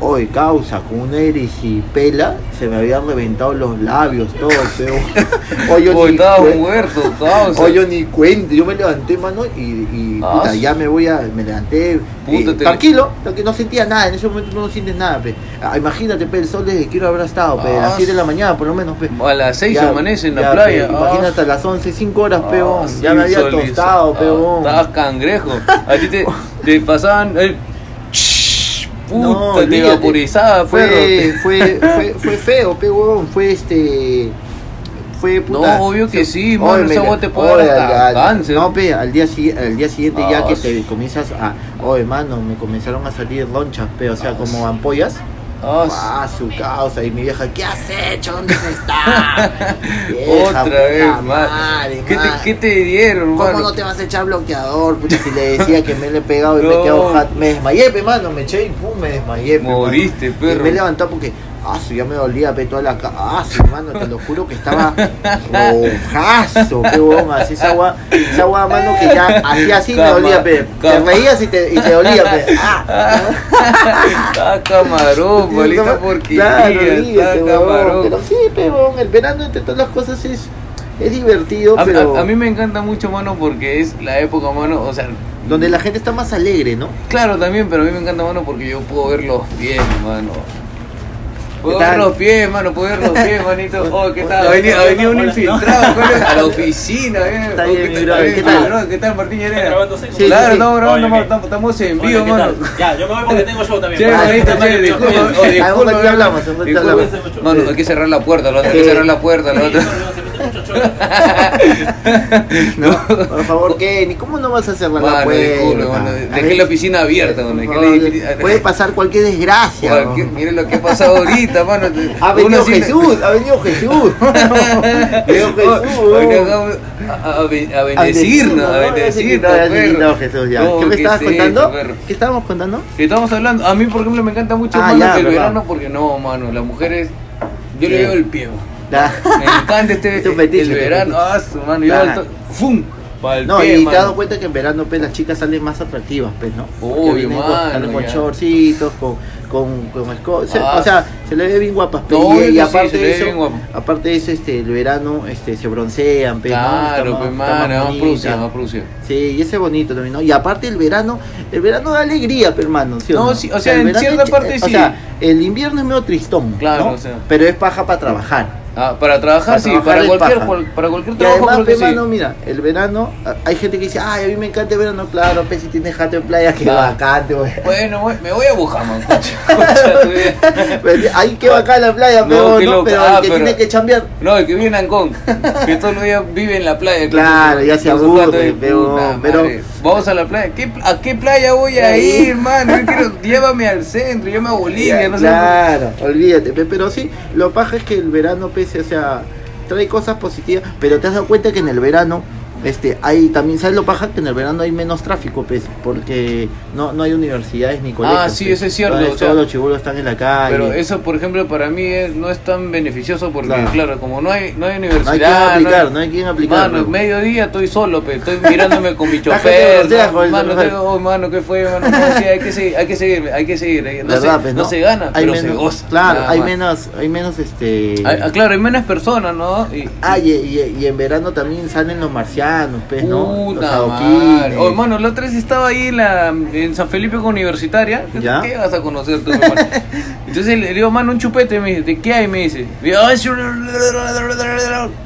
Speaker 2: Hoy, causa, con una erisipela, se me habían reventado los labios, todo, pe. Hoy yo,
Speaker 1: Oye,
Speaker 2: ni,
Speaker 1: estaba
Speaker 2: cuen-
Speaker 1: muerto, causa.
Speaker 2: hoy yo ni cuento, yo me levanté, mano, y, y,
Speaker 1: Ah,
Speaker 2: puta,
Speaker 1: sí.
Speaker 2: ya me voy a, me levanté,
Speaker 1: Puta, te-
Speaker 2: tranquilo, que no sentía nada, en ese momento no sientes nada, pe. Ah, Imagínate, pe, el sol desde que habrá estado, pe, a
Speaker 1: Ah,
Speaker 2: las 7 de la mañana, por lo menos, pe.
Speaker 1: A las 6
Speaker 2: Ya,
Speaker 1: amanece en la
Speaker 2: ya,
Speaker 1: playa.
Speaker 2: pe, imagínate
Speaker 1: Ah,
Speaker 2: hasta las 11, 5 horas,
Speaker 1: Ah,
Speaker 2: peón.
Speaker 1: sí,
Speaker 2: ya me había
Speaker 1: Solís.
Speaker 2: tostado,
Speaker 1: Ah,
Speaker 2: peón.
Speaker 1: Estabas cangrejo. A ti te, te pasaban el. Shhh, Puta,
Speaker 2: No,
Speaker 1: te
Speaker 2: olvídate.
Speaker 1: vaporizaba,
Speaker 2: fue,
Speaker 1: perro.
Speaker 2: fue, fue, fue feo, peón. Fue este. Fue puta.
Speaker 1: No, obvio que sí,
Speaker 2: Oye,
Speaker 1: mano,
Speaker 2: me
Speaker 1: esa
Speaker 2: la-
Speaker 1: agua te puede dar
Speaker 2: oye,
Speaker 1: hasta
Speaker 2: al- al-
Speaker 1: cáncer.
Speaker 2: No, pe, al día, si- al día siguiente ya
Speaker 1: Ah,
Speaker 2: que
Speaker 1: sí.
Speaker 2: te comienzas a. Oye, mano, me comenzaron a salir lonchas, pe, o sea, como ampollas.
Speaker 1: Ah,
Speaker 2: Ah, su causa. Y mi vieja, ¿qué has hecho? ¿Dónde está?
Speaker 1: Otra vez, más. ¿Qué, te, ¿Qué te dieron,
Speaker 2: ¿Cómo
Speaker 1: mano?
Speaker 2: no te vas a echar bloqueador? Pucha, si le decía que me le he pegado y me he
Speaker 1: No.
Speaker 2: quedado jat- Me desmayé, pe, mano, me eché y pum, me desmayé, pe,
Speaker 1: Moriste,
Speaker 2: mano.
Speaker 1: perro.
Speaker 2: Y me levantó porque, ah, su, ya me dolía, pe, toda la cara. Ah, su, mano, te lo juro que estaba rojazo, pe, huevón, así esa agua, esa agua, mano, que ya hacía así
Speaker 1: Cama-
Speaker 2: te dolía, pe. Te
Speaker 1: cama-
Speaker 2: reías y te, y te dolía, pe. Ah,
Speaker 1: Está camarón, palita porquería.
Speaker 2: Claro,
Speaker 1: Está
Speaker 2: ríete, huevón, Pero
Speaker 1: camarón.
Speaker 2: sí, pe, huevón, el verano entre todas las cosas es, es divertido,
Speaker 1: A, a-
Speaker 2: pero...
Speaker 1: a mí me encanta mucho, mano, porque es la época, mano. O sea,
Speaker 2: Donde la gente está más alegre, ¿no?
Speaker 1: claro también, pero a mí me encanta, mano, porque yo puedo ver los pies, mano. Puedo
Speaker 2: ¿Qué
Speaker 1: ver
Speaker 2: tal?
Speaker 1: los pies, mano, puedo ver los pies, manito. Oh, ¿qué tal?
Speaker 2: Hola,
Speaker 1: Ha venido, ha venido
Speaker 3: hola,
Speaker 1: un
Speaker 3: hola.
Speaker 1: infiltrado, coño, a la oficina, eh.
Speaker 2: Está
Speaker 1: Oh,
Speaker 2: bien, mi brother, ¿qué
Speaker 1: ¿Qué
Speaker 2: tal?
Speaker 1: tal? ¿Qué tal, Martín Llanera?
Speaker 3: grabándose?
Speaker 2: Sí,
Speaker 1: claro,
Speaker 2: sí, sí.
Speaker 1: estamos grabando,
Speaker 3: Oye,
Speaker 1: mano,
Speaker 3: ¿qué-
Speaker 1: estamos, estamos en
Speaker 3: Oye,
Speaker 1: vivo,
Speaker 3: ¿qué
Speaker 1: mano.
Speaker 3: tal? Ya, yo me voy porque tengo show también.
Speaker 1: Che,
Speaker 3: Vale,
Speaker 1: manito,
Speaker 3: chao,
Speaker 1: che,
Speaker 3: chao,
Speaker 1: disculpa,
Speaker 3: chao.
Speaker 1: oh, disculpa,
Speaker 2: Ahorita
Speaker 1: mano.
Speaker 2: hablamos, ahorita
Speaker 1: Disculpa.
Speaker 2: hablamos.
Speaker 1: Mano, hay que cerrar la puerta, la otra, hay que cerrar la puerta, la
Speaker 3: Sí,
Speaker 1: otra.
Speaker 3: no, no, se mete
Speaker 2: No, por favor, Kenny, ¿cómo no vas a cerrar la
Speaker 1: Mano,
Speaker 2: puerta?
Speaker 1: disculpe, mano,
Speaker 2: A
Speaker 1: dejé
Speaker 2: ver,
Speaker 1: la piscina abierta, mano,
Speaker 2: por
Speaker 1: dejé
Speaker 2: favor,
Speaker 1: la edifici-
Speaker 2: Puede pasar cualquier desgracia.
Speaker 1: Cualquier-
Speaker 2: ¿no?
Speaker 1: Miren lo que ha pasado ahorita, mano.
Speaker 2: Ha venido
Speaker 1: Uno sí-
Speaker 2: Jesús, ha venido Jesús. Ha venido Jesús.
Speaker 1: Oiga, A, a be- a bendecirnos, a bendecirnos.
Speaker 2: Ya se
Speaker 1: perro.
Speaker 2: quitó Jesús, ya.
Speaker 1: No,
Speaker 2: ¿Qué me
Speaker 1: ¿qué
Speaker 2: estabas
Speaker 1: es
Speaker 2: contando?
Speaker 1: esto, perro?
Speaker 2: ¿Qué estábamos contando?
Speaker 1: Que Estamos hablando, a mí por ejemplo me encanta mucho
Speaker 2: Ah,
Speaker 1: mano,
Speaker 2: ya,
Speaker 1: el
Speaker 2: verdad.
Speaker 1: verano porque no, mano, las mujeres, yo
Speaker 2: Sí.
Speaker 1: le veo el pie. mano.
Speaker 2: Ya.
Speaker 1: Me encanta este
Speaker 2: Es tu fetiche,
Speaker 1: el
Speaker 2: tu
Speaker 1: verano, ah, su mano, yo
Speaker 2: Claro.
Speaker 1: alto, ¡fum! Pa'l
Speaker 2: No,
Speaker 1: pie,
Speaker 2: y te
Speaker 1: mano.
Speaker 2: has dado cuenta que en verano pues, las chicas salen más atractivas, pues, ¿no? Porque
Speaker 1: Obvio,
Speaker 2: vienen con,
Speaker 1: mano,
Speaker 2: salen con
Speaker 1: ya.
Speaker 2: shortcitos, con, con, con esco- se-
Speaker 1: Ah.
Speaker 2: o sea, se le ve bien guapas, pues,
Speaker 1: No,
Speaker 2: y, y
Speaker 1: sí,
Speaker 2: aparte
Speaker 1: se le
Speaker 2: de
Speaker 1: ve
Speaker 2: eso,
Speaker 1: bien guapo.
Speaker 2: aparte de eso, este, el verano, este, se broncean, pues, ¿no? Está
Speaker 1: Claro,
Speaker 2: más-
Speaker 1: pues,
Speaker 2: está más
Speaker 1: mano, vamos a
Speaker 2: bonita.
Speaker 1: producir, vamos a producir.
Speaker 2: Sí, y ese es bonito también, ¿no? Y aparte el verano, el verano da alegría, pe, hermano, ¿sí o
Speaker 1: No,
Speaker 2: no?
Speaker 1: sí, o sea,
Speaker 2: el
Speaker 1: en
Speaker 2: verano
Speaker 1: cierta
Speaker 2: es ch-
Speaker 1: parte
Speaker 2: O
Speaker 1: sí.
Speaker 2: sea, el invierno es medio tristón,
Speaker 1: Claro,
Speaker 2: ¿no?
Speaker 1: o sea.
Speaker 2: Pero es paja para trabajar.
Speaker 1: Ah, para trabajar,
Speaker 2: Para
Speaker 1: sí,
Speaker 2: trabajar
Speaker 1: para
Speaker 2: es
Speaker 1: cualquier,
Speaker 2: paja.
Speaker 1: cual- para cualquier
Speaker 2: Y
Speaker 1: trabajo
Speaker 2: además,
Speaker 1: creo que
Speaker 2: pe,
Speaker 1: sí.
Speaker 2: mano, mira, el verano, a- hay gente que dice, ay, a mí me encanta el verano, claro, pe, si tienes jato en playa, qué
Speaker 1: Claro.
Speaker 2: bacán, güey.
Speaker 1: Bueno, voy- me voy a Bujamán, concha, concha tu vida.
Speaker 2: Pero, ay, qué bacán la playa,
Speaker 1: No,
Speaker 2: pero,
Speaker 1: qué
Speaker 2: no,
Speaker 1: loca.
Speaker 2: pero
Speaker 1: Ah,
Speaker 2: el que
Speaker 1: pero-
Speaker 2: tiene que chambear.
Speaker 1: No, el que vive en Ancón, que todos los días vive en la playa.
Speaker 2: Claro, ya se
Speaker 1: Con su
Speaker 2: aburre,
Speaker 1: pato de
Speaker 2: pero-
Speaker 1: puta
Speaker 2: pero-
Speaker 1: madre. Vamos a la playa. ¿Qué- ¿A qué playa voy a
Speaker 2: Ahí.
Speaker 1: ir, hermano? Yo quiero, llévame al centro, llévame a Bolivia, no sé.
Speaker 2: claro, olvídate, pe, pero sí, lo paja es que el verano, pese, o sea, trae cosas positivas, pero te has dado cuenta que en el verano, este, hay también, ¿sabes lo paja? Que en el verano hay menos tráfico, pues, porque no, no hay universidades ni colegios.
Speaker 1: Ah, sí,
Speaker 2: pe.
Speaker 1: eso es cierto,
Speaker 2: Entonces,
Speaker 1: o sea,
Speaker 2: todos los chibulos están en la calle.
Speaker 1: Pero eso, por ejemplo, para mí es- no es tan beneficioso porque,
Speaker 2: Claro.
Speaker 1: claro, como no hay, no hay
Speaker 2: no hay
Speaker 1: universidad.
Speaker 2: quien aplicar,
Speaker 1: hay-
Speaker 2: no hay quien aplicar.
Speaker 1: Mano,
Speaker 2: pe.
Speaker 1: mediodía estoy solo, pe, estoy mirándome con mi
Speaker 2: La gente pues,
Speaker 1: chofer.
Speaker 2: bronceada,
Speaker 1: ¿no?
Speaker 2: joder,
Speaker 1: mano,
Speaker 2: joder.
Speaker 1: tengo, oh, mano, ¿qué fue? Mano? No, sí, hay que seguir, hay que seguir, hay que seguir. eh, No,
Speaker 2: ¿Verdad,
Speaker 1: se,
Speaker 2: pues,
Speaker 1: no se gana,
Speaker 2: Hay
Speaker 1: pero
Speaker 2: menos-
Speaker 1: se goza.
Speaker 2: Claro,
Speaker 1: nada
Speaker 2: hay
Speaker 1: más.
Speaker 2: menos, hay menos este.
Speaker 1: Ah, ah, claro, hay menos personas, ¿no? Y-
Speaker 2: Ah, y, y- y en verano también salen los marcianos, pues, ¿no? Los
Speaker 1: Puta madre.
Speaker 2: adoquines.
Speaker 1: Oh, hermano, la otra vez estaba ahí en, la, en San Felipe con Universitaria. ¿Qué-
Speaker 2: ¿Ya?
Speaker 1: ¿Qué vas a conocer tú, hermano? Entonces le digo, mano, un chupete. Me dice, ¿de qué hay? Me dice, "Yo, es-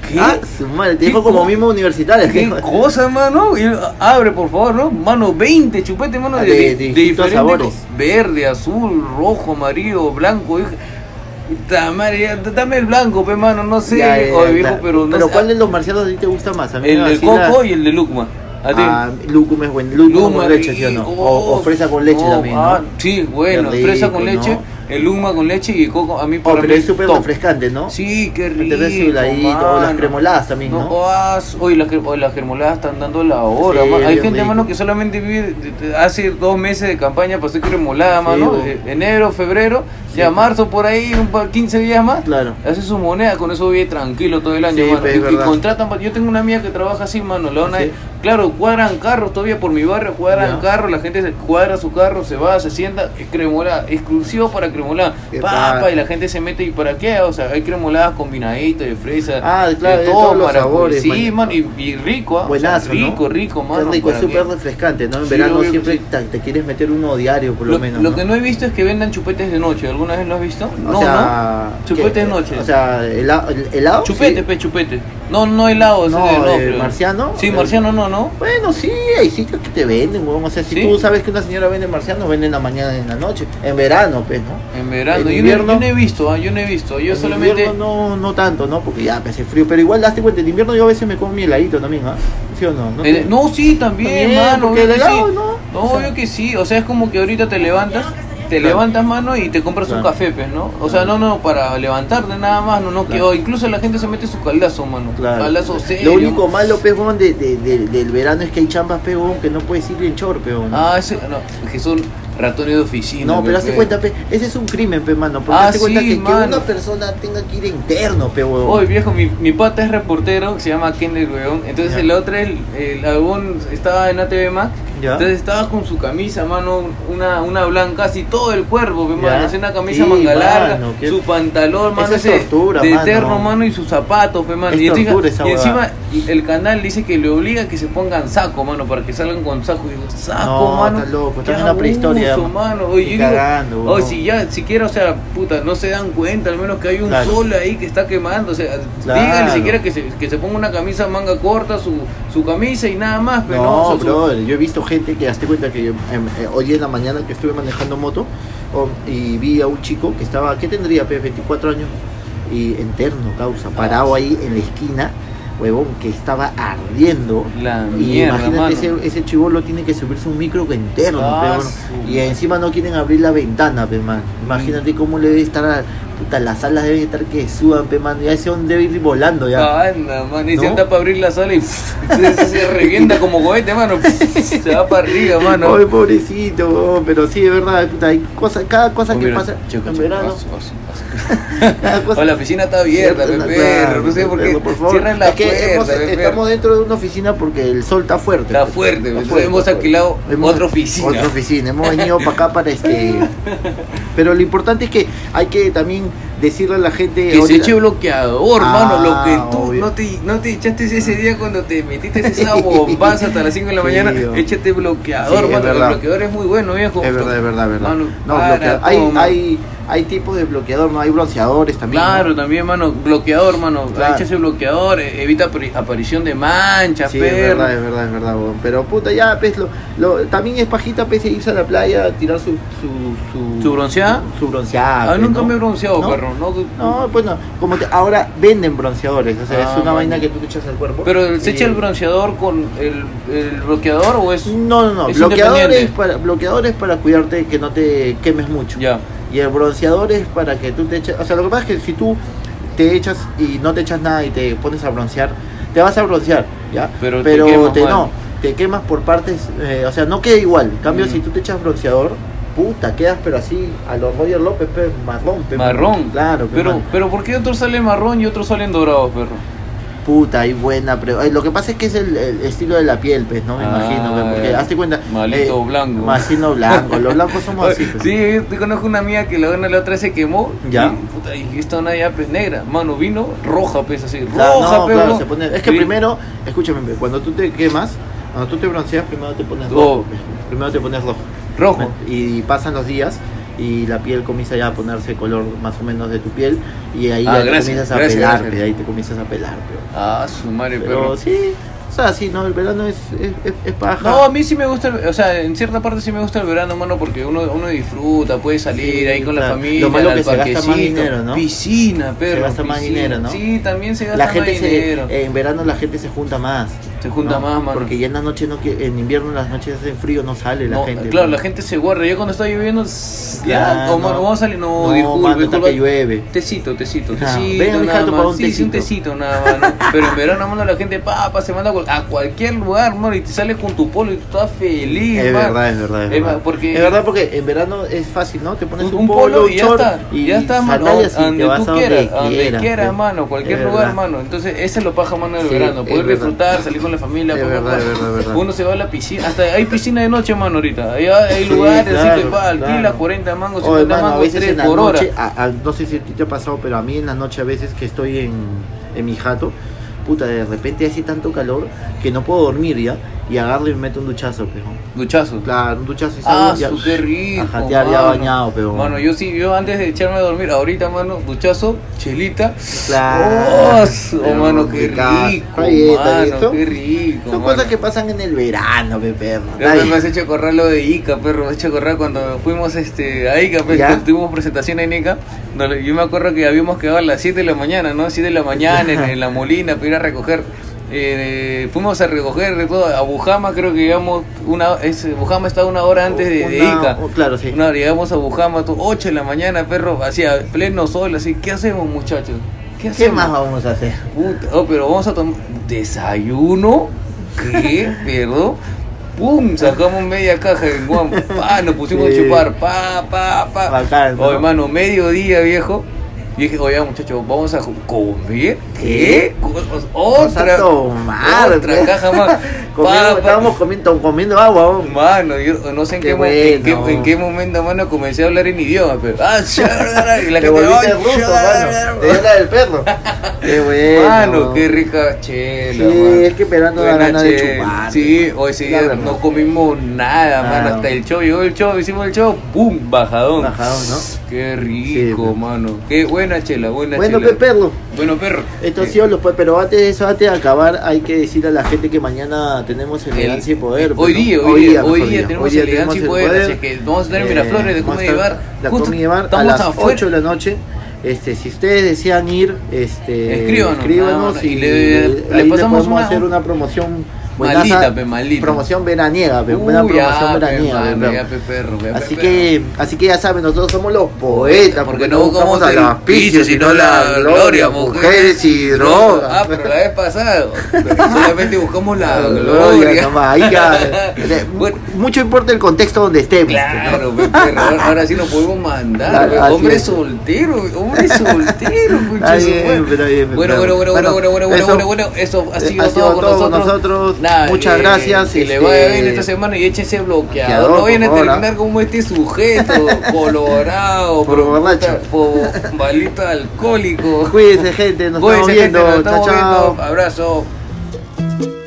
Speaker 1: ¿qué?
Speaker 2: Ah, su madre, te
Speaker 1: ¿Qué
Speaker 2: dijo como
Speaker 1: co-
Speaker 2: mismo universitario.
Speaker 1: ¿Qué cosa, mano? Y, ah, abre, por favor, ¿no? Mano, 20 chupetes, mano,
Speaker 2: Ah,
Speaker 1: de,
Speaker 2: de- de
Speaker 1: de
Speaker 2: distintos
Speaker 1: diferentes
Speaker 2: sabores.
Speaker 1: co- Verde, azul, rojo, amarillo, blanco. Dije, "Puta madre, ya, d- dame el blanco, pe, mano, no sé.
Speaker 2: Ya, ya,
Speaker 1: Oh,
Speaker 2: ya,
Speaker 1: viejo,
Speaker 2: claro.
Speaker 1: pero no sé. ah,
Speaker 2: ¿cuál de los marcianos a ti te gusta más? A mí
Speaker 1: El
Speaker 2: me
Speaker 1: del
Speaker 2: vacila-
Speaker 1: coco y el de Lucma. A ti.
Speaker 2: Ah, lúcuma es buen, lúcuma
Speaker 1: Luma,
Speaker 2: con leche, ¿sí o no? O, o fresa con leche
Speaker 1: no,
Speaker 2: también, ¿no?
Speaker 1: ah, sí, bueno,
Speaker 2: Qué
Speaker 1: fresa
Speaker 2: rico,
Speaker 1: con leche,
Speaker 2: ¿no?
Speaker 1: el luma con leche y coco. A mí
Speaker 2: Oh,
Speaker 1: para
Speaker 2: pero
Speaker 1: mí
Speaker 2: es súper
Speaker 1: top.
Speaker 2: refrescante, ¿no?
Speaker 1: Sí, qué rico.
Speaker 2: Entonces, el heladito, o las
Speaker 1: mano.
Speaker 2: cremoladas también, ¿no?
Speaker 1: No, ah, su- oye, las, cre- oye, las germoladas están dando la hora.
Speaker 2: Sí,
Speaker 1: ma- Hay
Speaker 2: bien
Speaker 1: gente,
Speaker 2: rico.
Speaker 1: mano, que solamente vive de- de- hace dos meses de campaña para hacer cremolada,
Speaker 2: Sí,
Speaker 1: mano.
Speaker 2: bo.
Speaker 1: eh, Enero, febrero,
Speaker 2: Sí.
Speaker 1: ya marzo por ahí, un pa- 15 días más.
Speaker 2: Claro.
Speaker 1: Hace su moneda, con eso vive tranquilo todo el año,
Speaker 2: Sí,
Speaker 1: mano.
Speaker 2: pe, es
Speaker 1: Y- y,
Speaker 2: verdad.
Speaker 1: contratan, pa- yo tengo una amiga que trabaja así, mano. La una
Speaker 2: Sí.
Speaker 1: es- claro, cuadran carros todavía por mi barrio, cuadran
Speaker 2: Ya.
Speaker 1: carros, la gente se cuadra su carro, se va, se sienta, es cremolada, exclusivo para cremolada.
Speaker 2: Qué
Speaker 1: Papa,
Speaker 2: padre.
Speaker 1: y la gente se mete y para qué, o sea, hay cremoladas combinaditas de fresa,
Speaker 2: Ah, claro, de todos los
Speaker 1: maracuyá.
Speaker 2: sabores,
Speaker 1: Sí,
Speaker 2: man.
Speaker 1: man, y, y rico, ¿ah? O sea,
Speaker 2: Buenazo,
Speaker 1: rico,
Speaker 2: ¿no?
Speaker 1: rico,
Speaker 2: Qué
Speaker 1: mano.
Speaker 2: rico, es
Speaker 1: para
Speaker 2: súper
Speaker 1: que-
Speaker 2: refrescante, ¿no? En
Speaker 1: Sí,
Speaker 2: verano
Speaker 1: obvio que
Speaker 2: siempre
Speaker 1: sí.
Speaker 2: te, te quieres meter uno diario, por lo,
Speaker 1: Lo,
Speaker 2: menos,
Speaker 1: lo
Speaker 2: ¿no?
Speaker 1: que no he visto es que vendan chupetes de noche. ¿Alguna vez lo has visto?
Speaker 2: O
Speaker 1: no,
Speaker 2: sea,
Speaker 1: no. Chupete
Speaker 2: ¿qué?
Speaker 1: de noche.
Speaker 2: O sea, hela- el- helado.
Speaker 1: chupete,
Speaker 2: Sí.
Speaker 1: pe, chupete. No, no helado. ese
Speaker 2: No,
Speaker 1: de-
Speaker 2: ¿el
Speaker 1: creo.
Speaker 2: marciano? eh.
Speaker 1: Sí,
Speaker 2: El-
Speaker 1: marciano no, ¿no?
Speaker 2: Bueno, sí, hay sitios que te venden, weón. O sea, si
Speaker 1: ¿Sí?
Speaker 2: tú sabes que una señora vende marcianos, vende en la mañana y en la noche. En verano, pues, ¿no?
Speaker 1: En verano.
Speaker 2: En
Speaker 1: yo, no-
Speaker 2: invierno-
Speaker 1: yo no he visto, ah, yo no he visto. Yo
Speaker 2: En
Speaker 1: solamente...
Speaker 2: invierno no, no tanto, ¿no? Porque ya pues, hace frío. Pero igual, daste cuenta, en invierno yo a veces me como mi heladito también, ¿ah? ¿Sí o no?
Speaker 1: Eh, No, sí, también,
Speaker 2: También,
Speaker 1: mano.
Speaker 2: porque
Speaker 1: obvio
Speaker 2: el
Speaker 1: que sí.
Speaker 2: helado, ¿no?
Speaker 1: No,
Speaker 2: O sea.
Speaker 1: obvio que sí. O sea, es como que ahorita te levantas, te
Speaker 2: Claro.
Speaker 1: levantas, mano, y te compras un
Speaker 2: Claro.
Speaker 1: café, pues, ¿no? O sea,
Speaker 2: Claro.
Speaker 1: no, no, para levantarte nada más, no, no, que
Speaker 2: Claro.
Speaker 1: o incluso la gente se mete su caldazo, mano.
Speaker 2: Claro.
Speaker 1: Caldazo serio.
Speaker 2: Lo único malo, pegón, de, de- de- del verano es que hay chambas, pegón, que no puedes ir en chor, pegón.
Speaker 1: Ah, ese, no, que son ratones de oficina.
Speaker 2: No, pero hazte
Speaker 1: pe.
Speaker 2: cuenta, pe, ese es un crimen, pe, mano. Porque
Speaker 1: Ah,
Speaker 2: hazte cuenta
Speaker 1: sí,
Speaker 2: que, que
Speaker 1: mano.
Speaker 2: una persona tenga que ir interno, pe, huevón.
Speaker 1: Oye, viejo, mi, mi pata es reportero, se llama Kenneth, weón. Entonces
Speaker 2: Ya.
Speaker 1: el otro, el, el huevón estaba en ATV Max.
Speaker 2: Ya.
Speaker 1: Entonces estaba con su camisa, mano, una, una blanca, así todo el cuerpo, pe,
Speaker 2: Ya.
Speaker 1: mano. Así una camisa
Speaker 2: Sí,
Speaker 1: manga
Speaker 2: mano,
Speaker 1: larga,
Speaker 2: qué-
Speaker 1: su pantalón, mano,
Speaker 2: Esa es
Speaker 1: ese
Speaker 2: tortura,
Speaker 1: de
Speaker 2: mano.
Speaker 1: eterno, mano, y sus zapatos, pe, mano.
Speaker 2: Es
Speaker 1: y, encima-
Speaker 2: tortura esa
Speaker 1: y encima
Speaker 2: huevada.
Speaker 1: el canal dice que le obliga a que se pongan saco, mano, para que salgan con saco. Y digo, saco,
Speaker 2: No,
Speaker 1: mano.
Speaker 2: estás loco, estás
Speaker 1: qué
Speaker 2: en la prehistoria,
Speaker 1: abuso, mano. Oye,
Speaker 2: Ni
Speaker 1: yo digo,
Speaker 2: cagando,
Speaker 1: oye,
Speaker 2: huevón.
Speaker 1: si ya, siquiera, o sea, puta, no se dan cuenta, al menos que hay un
Speaker 2: Claro.
Speaker 1: sol ahí que está quemando, o sea,
Speaker 2: Claro.
Speaker 1: díganle siquiera que se, que se ponga una camisa manga corta, su, su camisa y nada más, pero no,
Speaker 2: No,
Speaker 1: o sea, su-
Speaker 2: brother, yo he visto gente que hazte cuenta que em, eh, hoy en la mañana oh, que estuve manejando moto o- y vi a un chico que estaba, ¿qué tendría? pe, 24 años. y enterno, causa, parado
Speaker 1: Ah,
Speaker 2: ahí en la esquina, huevón, que estaba ardiendo.
Speaker 1: La
Speaker 2: y
Speaker 1: mierda,
Speaker 2: imagínate
Speaker 1: mano.
Speaker 2: ese, ese chivolo tiene que subirse un micro que enterno,
Speaker 1: Ah,
Speaker 2: pe, mano.
Speaker 1: su
Speaker 2: y
Speaker 1: madre. Mm.
Speaker 2: encima no quieren abrir la ventana, pe, man. Imagínate cómo le debe estar a, puta, las alas deben estar que suban, pe, man. Ya ese hombre debe ir volando
Speaker 1: Ah,
Speaker 2: ya.
Speaker 1: Anda, mano, y
Speaker 2: ¿No?
Speaker 1: se anda para abrir la sala y se, se- se revienta como cohete, mano. Se va para arriba, mano.
Speaker 2: Ay, pobrecito, huevón, pero sí, de verdad, puta, hay cosas, cada cosa
Speaker 1: Oh,
Speaker 2: que
Speaker 1: mira,
Speaker 2: pasa
Speaker 1: checa,
Speaker 2: en
Speaker 1: checa,
Speaker 2: verano, Pues,
Speaker 1: paso, paso, paso.
Speaker 2: cada cosa
Speaker 1: O la oficina está abierta, pe, perro, No sé por qué.
Speaker 2: Pero, por favor.
Speaker 1: Cierran la
Speaker 2: Es que hemos-
Speaker 1: puerta, pe, perro.
Speaker 2: Estamos dentro de una oficina porque el sol está fuerte.
Speaker 1: Está
Speaker 2: pe.
Speaker 1: fuerte, pe. Entonces hemos
Speaker 2: está fuerte.
Speaker 1: alquilado otra oficina.
Speaker 2: Otra oficina. Hemos venido para acá para este. Pero lo importante es que hay que también decirle a la gente.
Speaker 1: Que se
Speaker 2: ahorita-
Speaker 1: eche bloqueador, mano.
Speaker 2: Ah,
Speaker 1: oh, Lo que tú
Speaker 2: obvio.
Speaker 1: no te, no te echaste ese día cuando te metiste esa bombaza hasta las 5 de la
Speaker 2: Sí,
Speaker 1: mañana,
Speaker 2: viejo.
Speaker 1: échate bloqueador,
Speaker 2: Sí, es
Speaker 1: mano. El
Speaker 2: verdad.
Speaker 1: bloqueador es muy bueno, viejo.
Speaker 2: Es verdad, es verdad, es verdad.
Speaker 1: Mano,
Speaker 2: no,
Speaker 1: para
Speaker 2: bloqueador.
Speaker 1: todo,
Speaker 2: Hay,
Speaker 1: mano.
Speaker 2: hay, hay tipos de bloqueador, ¿no? Hay bronceadores también.
Speaker 1: Claro,
Speaker 2: ¿no?
Speaker 1: también, mano. Bloqueador, mano.
Speaker 2: Claro.
Speaker 1: Échase bloqueador, eh, evita apari- aparición de manchas,
Speaker 2: Sí, es
Speaker 1: perro.
Speaker 2: verdad, es verdad, es verdad, huevón. Pero puta, ya, pues, lo, lo- también es pajita, pues, irse a la playa, a tirar su... ¿Su,
Speaker 1: ¿Su bronceada?
Speaker 2: Su bronceada.
Speaker 1: Ah,
Speaker 2: pues,
Speaker 1: nunca
Speaker 2: ¿no?
Speaker 1: me he bronceado,
Speaker 2: ¿No?
Speaker 1: perro. No,
Speaker 2: No, pues no. Como te- ahora venden bronceadores, o sea,
Speaker 1: Ah,
Speaker 2: es una
Speaker 1: bueno.
Speaker 2: vaina que tú te echas al cuerpo.
Speaker 1: Pero se
Speaker 2: Y-
Speaker 1: echa el bronceador con el, el bloqueador o es.
Speaker 2: No, no, no.
Speaker 1: es
Speaker 2: Bloqueadores
Speaker 1: independiente?
Speaker 2: para, bloqueadores para cuidarte que no te quemes mucho.
Speaker 1: Ya.
Speaker 2: Y el bronceador es para que tú te eches. O sea, lo que pasa es que si tú te echas y no te echas nada y te pones a broncear, te vas a broncear, ¿ya?
Speaker 1: Pero te quemas mal.
Speaker 2: no, te quemas por partes. eh, o sea, no queda igual. En cambio,
Speaker 1: Mm.
Speaker 2: si tú te echas bronceador, puta, quedas, pero así a los Roger López, pues, marrón, pe,
Speaker 1: Marrón.
Speaker 2: Claro, pe,
Speaker 1: pero,
Speaker 2: mano.
Speaker 1: pero ¿por qué otros salen marrón y otros salen dorados, perro?
Speaker 2: Puta, hay buena pre- eh, Lo que pasa es que es el, el estilo de la piel, pues, ¿no? Me
Speaker 1: Ah,
Speaker 2: imagino, pues, porque
Speaker 1: ya.
Speaker 2: hazte cuenta.
Speaker 1: Malito blanco.
Speaker 2: Masino blanco. Los blancos somos así, pues.
Speaker 1: Sí, yo te conozco una amiga que la una la otra se quemó.
Speaker 2: Ya.
Speaker 1: Y, puta, y esta una ya pues negra. Mano, vino roja, pues así.
Speaker 2: Claro,
Speaker 1: roja,
Speaker 2: no,
Speaker 1: pero.
Speaker 2: claro, se pone- Es que primero, escúchame, pe, cuando tú te quemas, cuando tú te bronceas, primero te pones rojo.
Speaker 1: Oh.
Speaker 2: pues, Primero te pones rojo.
Speaker 1: Rojo.
Speaker 2: Y pasan los días y la piel comienza ya a ponerse color más o menos de tu piel y ahí
Speaker 1: Ah,
Speaker 2: ya
Speaker 1: gracias,
Speaker 2: te comienzas a
Speaker 1: gracias,
Speaker 2: pelar,
Speaker 1: gracias.
Speaker 2: pe, ahí te comienzas a pelar, pe.
Speaker 1: Ah, su madre,
Speaker 2: Pero
Speaker 1: perro.
Speaker 2: sí, o sea, sí, no, el verano es, es, es, es paja.
Speaker 1: No, a mí sí me gusta, el- o sea, en cierta parte sí me gusta el verano, mano, porque uno, uno disfruta, puede salir
Speaker 2: Sí,
Speaker 1: ahí con
Speaker 2: claro.
Speaker 1: la familia,
Speaker 2: Lo malo
Speaker 1: al
Speaker 2: que se gasta más
Speaker 1: parquecito,
Speaker 2: dinero, ¿no?
Speaker 1: Piscina, perro.
Speaker 2: gasta más
Speaker 1: piscina.
Speaker 2: dinero, ¿no?
Speaker 1: Sí, también se gasta
Speaker 2: la gente
Speaker 1: más
Speaker 2: se, eh,
Speaker 1: dinero.
Speaker 2: en verano la gente se junta más.
Speaker 1: Se junta
Speaker 2: ¿no?
Speaker 1: más, mano.
Speaker 2: Porque ya en la noche no que en invierno las noches hacen frío, no sale la
Speaker 1: No,
Speaker 2: gente.
Speaker 1: claro,
Speaker 2: mano.
Speaker 1: la gente se guarda. Ya cuando está lloviendo, s- ya,
Speaker 2: Claro,
Speaker 1: como no,
Speaker 2: Ah, no.
Speaker 1: vamos a salir, no,
Speaker 2: No,
Speaker 1: disculpe,
Speaker 2: mano, está
Speaker 1: disculpe.
Speaker 2: que llueve.
Speaker 1: Tecito, tecito,
Speaker 2: Claro.
Speaker 1: tecito.
Speaker 2: Venga,
Speaker 1: nada
Speaker 2: mijito,
Speaker 1: más.
Speaker 2: pa' un
Speaker 1: sí, sí, un
Speaker 2: tecito.
Speaker 1: tecito nada más. ¿no? Pero en verano, mano, la gente papa, se manda a cual- a cualquier lugar, mano, y te sales con tu polo y tú estás feliz,
Speaker 2: es
Speaker 1: mano.
Speaker 2: verdad, es verdad, es
Speaker 1: Es
Speaker 2: verdad.
Speaker 1: más, porque-
Speaker 2: Es verdad porque en verano es fácil, ¿no? Te pones
Speaker 1: Un,
Speaker 2: un,
Speaker 1: un polo
Speaker 2: un
Speaker 1: y ya
Speaker 2: short
Speaker 1: está,
Speaker 2: y
Speaker 1: ya está, mano, a
Speaker 2: sandalias y te
Speaker 1: donde
Speaker 2: vas
Speaker 1: tú
Speaker 2: a
Speaker 1: quieras, a donde quieras,
Speaker 2: pe.
Speaker 1: mano, cualquier
Speaker 2: Es
Speaker 1: lugar,
Speaker 2: verdad.
Speaker 1: mano. Entonces, ese es lo paja, mano, del
Speaker 2: Sí,
Speaker 1: verano,
Speaker 2: es
Speaker 1: poder
Speaker 2: verdad.
Speaker 1: disfrutar, salir con la familia,
Speaker 2: Es
Speaker 1: pa, pa,
Speaker 2: verdad,
Speaker 1: pa.
Speaker 2: es verdad, es verdad.
Speaker 1: uno se va a la piscina, hasta hay piscina de noche, mano, ahorita, hay, hay
Speaker 2: Sí,
Speaker 1: lugares así que
Speaker 2: claro,
Speaker 1: va, alquila
Speaker 2: claro.
Speaker 1: 40 mangos,
Speaker 2: Oh,
Speaker 1: 50
Speaker 2: hermano, a
Speaker 1: mangos,
Speaker 2: veces
Speaker 1: 3
Speaker 2: en la
Speaker 1: por hora.
Speaker 2: noche, a- a- no sé si a ti te ha pasado, pero a mí en la noche a veces que estoy en, en mi jato, puta, de repente hace tanto calor que no puedo dormir ya y agarro y me meto un duchazo, pero
Speaker 1: Duchazo.
Speaker 2: Claro, un duchazo y
Speaker 1: Ah,
Speaker 2: salgo ya,
Speaker 1: su, qué rico.
Speaker 2: a jatear ya
Speaker 1: mano.
Speaker 2: bañado, pero
Speaker 1: Mano, yo sí, yo antes de echarme a dormir, ahorita, mano, duchazo, chelita.
Speaker 2: Claro.
Speaker 1: Oh, su-
Speaker 2: Pero
Speaker 1: mano, qué rico,
Speaker 2: ricazo. Está bien, está bien.
Speaker 1: mano,
Speaker 2: Son-
Speaker 1: qué rico.
Speaker 2: Son
Speaker 1: mano.
Speaker 2: cosas que pasan en el verano, pe perro.
Speaker 1: Ya me-
Speaker 2: Ay,
Speaker 1: me has hecho correr lo de Ica, perro. Me has hecho correr cuando fuimos este, a Ica, pues,
Speaker 2: ¿Ya?
Speaker 1: cuando tuvimos presentación en Ica. no le- yo me acuerdo que habíamos quedado a las 7 de la mañana, ¿no? 7 de la mañana en, en la Molina para ir a recoger. eh, fuimos a recoger de todo. A Bujama, creo que llegamos. Una, es, Bujama estaba una hora antes de, de
Speaker 2: una-
Speaker 1: Ica.
Speaker 2: oh, claro, sí.
Speaker 1: Una hora, llegamos a Bujama, 8 de la mañana, perro. Hacía pleno sol, así. ¿Qué hacemos, muchachos? ¿Qué
Speaker 2: ¿Qué
Speaker 1: hacemos?
Speaker 2: más vamos a hacer?
Speaker 1: Puta, oh, pero vamos a tomar desayuno. ¿Qué? Perdón. Pum, sacamos media caja de guam. Pa, nos pusimos
Speaker 2: Sí.
Speaker 1: a chupar. Pa, pa, pa.
Speaker 2: Bacán, ¿no?
Speaker 1: Oh, hermano, mediodía, viejo. Y dije, oye, muchachos, vamos a comer. ¿Qué? Co- o-
Speaker 2: Vamos a
Speaker 1: Otra,
Speaker 2: tomar,
Speaker 1: otra
Speaker 2: pe.
Speaker 1: caja más.
Speaker 2: Comiendo-
Speaker 1: Pa, pa.
Speaker 2: estábamos comiendo, comiendo agua, vamos.
Speaker 1: Mano, yo no sé en
Speaker 2: Qué
Speaker 1: qué, mo- en
Speaker 2: bueno.
Speaker 1: qué- en qué momento, mano, comencé a hablar en idioma, pero. Ah, y la
Speaker 2: Te
Speaker 1: gente,
Speaker 2: volviste
Speaker 1: "Ay,
Speaker 2: ruso, mano. Te dio la del perro. Qué bueno.
Speaker 1: Mano,
Speaker 2: mano.
Speaker 1: qué rica chela.
Speaker 2: Sí,
Speaker 1: mano.
Speaker 2: es que esperando la
Speaker 1: Buena
Speaker 2: gana de
Speaker 1: chela.
Speaker 2: chupar.
Speaker 1: Sí, hoy sí,
Speaker 2: La verdad.
Speaker 1: no comimos nada,
Speaker 2: Nada.
Speaker 1: mano. Hasta el show, llegó el show, hicimos el show, ¡pum! Bajadón.
Speaker 2: Bajadón, ¿no?
Speaker 1: Qué
Speaker 2: Sí,
Speaker 1: rico,
Speaker 2: pero-
Speaker 1: mano. Qué buena chela, buena
Speaker 2: Bueno,
Speaker 1: chela.
Speaker 2: pe perro.
Speaker 1: Bueno, perro.
Speaker 2: Esto ha
Speaker 1: Eh,
Speaker 2: sido los pues, pero antes de eso, antes de acabar, hay que decir a la gente que mañana tenemos
Speaker 1: el-
Speaker 2: elegancia y poder.
Speaker 1: Hoy
Speaker 2: pues, ¿no?
Speaker 1: día, hoy día, hoy
Speaker 2: mejor
Speaker 1: día tenemos
Speaker 2: Hoy día
Speaker 1: elegancia y
Speaker 2: tenemos
Speaker 1: poder,
Speaker 2: el
Speaker 1: así que vamos a tener
Speaker 2: Eh,
Speaker 1: Miraflores de
Speaker 2: vamos a
Speaker 1: Comedy
Speaker 2: estar-
Speaker 1: Bar.
Speaker 2: La
Speaker 1: Justo
Speaker 2: Comedy Bar a
Speaker 1: estamos
Speaker 2: las
Speaker 1: afuera.
Speaker 2: 8 de la noche. Este, si ustedes desean ir, este,
Speaker 1: Escríbanos, nada más,
Speaker 2: y,
Speaker 1: y le-
Speaker 2: ahí
Speaker 1: le
Speaker 2: le
Speaker 1: pasamos
Speaker 2: podemos
Speaker 1: una-
Speaker 2: hacer una promoción
Speaker 1: Maldita,
Speaker 2: buenaza,
Speaker 1: pe, maldita.
Speaker 2: promoción veraniega, pe, una
Speaker 1: Uy, ya,
Speaker 2: promoción
Speaker 1: pe,
Speaker 2: veraniega.
Speaker 1: mano,
Speaker 2: pe,
Speaker 1: ya, pe, perro, ya, pe,
Speaker 2: Así
Speaker 1: perro.
Speaker 2: que, así que ya saben, nosotros somos los poetas, porque, no buscamos a
Speaker 1: el
Speaker 2: las
Speaker 1: piso,
Speaker 2: pichos, sino la gloria, mujeres y drogas.
Speaker 1: Ah, pero la vez pasada solamente buscamos la
Speaker 2: La
Speaker 1: gloria.
Speaker 2: nomás, ahí ya- o sea, mu-
Speaker 1: Bueno.
Speaker 2: mucho importa el contexto donde estemos. Este, ¿no?
Speaker 1: Claro, pe, perro, ahora sí lo podemos mandar.
Speaker 2: Claro,
Speaker 1: pe.
Speaker 2: así
Speaker 1: hombre
Speaker 2: es.
Speaker 1: soltero, hombre soltero.
Speaker 2: Está
Speaker 1: concha su
Speaker 2: bien,
Speaker 1: madre.
Speaker 2: está bien,
Speaker 1: bueno,
Speaker 2: está
Speaker 1: bueno, bueno, bueno, bueno,
Speaker 2: bien.
Speaker 1: bueno, bueno,
Speaker 2: Eso-
Speaker 1: bueno, bueno, eso ha
Speaker 2: eh,
Speaker 1: sido,
Speaker 2: ha sido
Speaker 1: por
Speaker 2: todo por nosotros. Muchas
Speaker 1: eh,
Speaker 2: gracias,
Speaker 1: Que le
Speaker 2: este,
Speaker 1: vaya bien esta semana y eche ese bloqueador.
Speaker 2: bloqueador,
Speaker 1: No vayan a
Speaker 2: por favor, ¿ah?
Speaker 1: terminar como este sujeto colorado,
Speaker 2: Por
Speaker 1: pro-
Speaker 2: borracho.
Speaker 1: por malito alcohólico.
Speaker 2: Cuídense, gente, nos
Speaker 1: Cuídense,
Speaker 2: estamos
Speaker 1: gente,
Speaker 2: viendo.
Speaker 1: nos estamos
Speaker 2: chao, chao.
Speaker 1: viendo. Abrazo.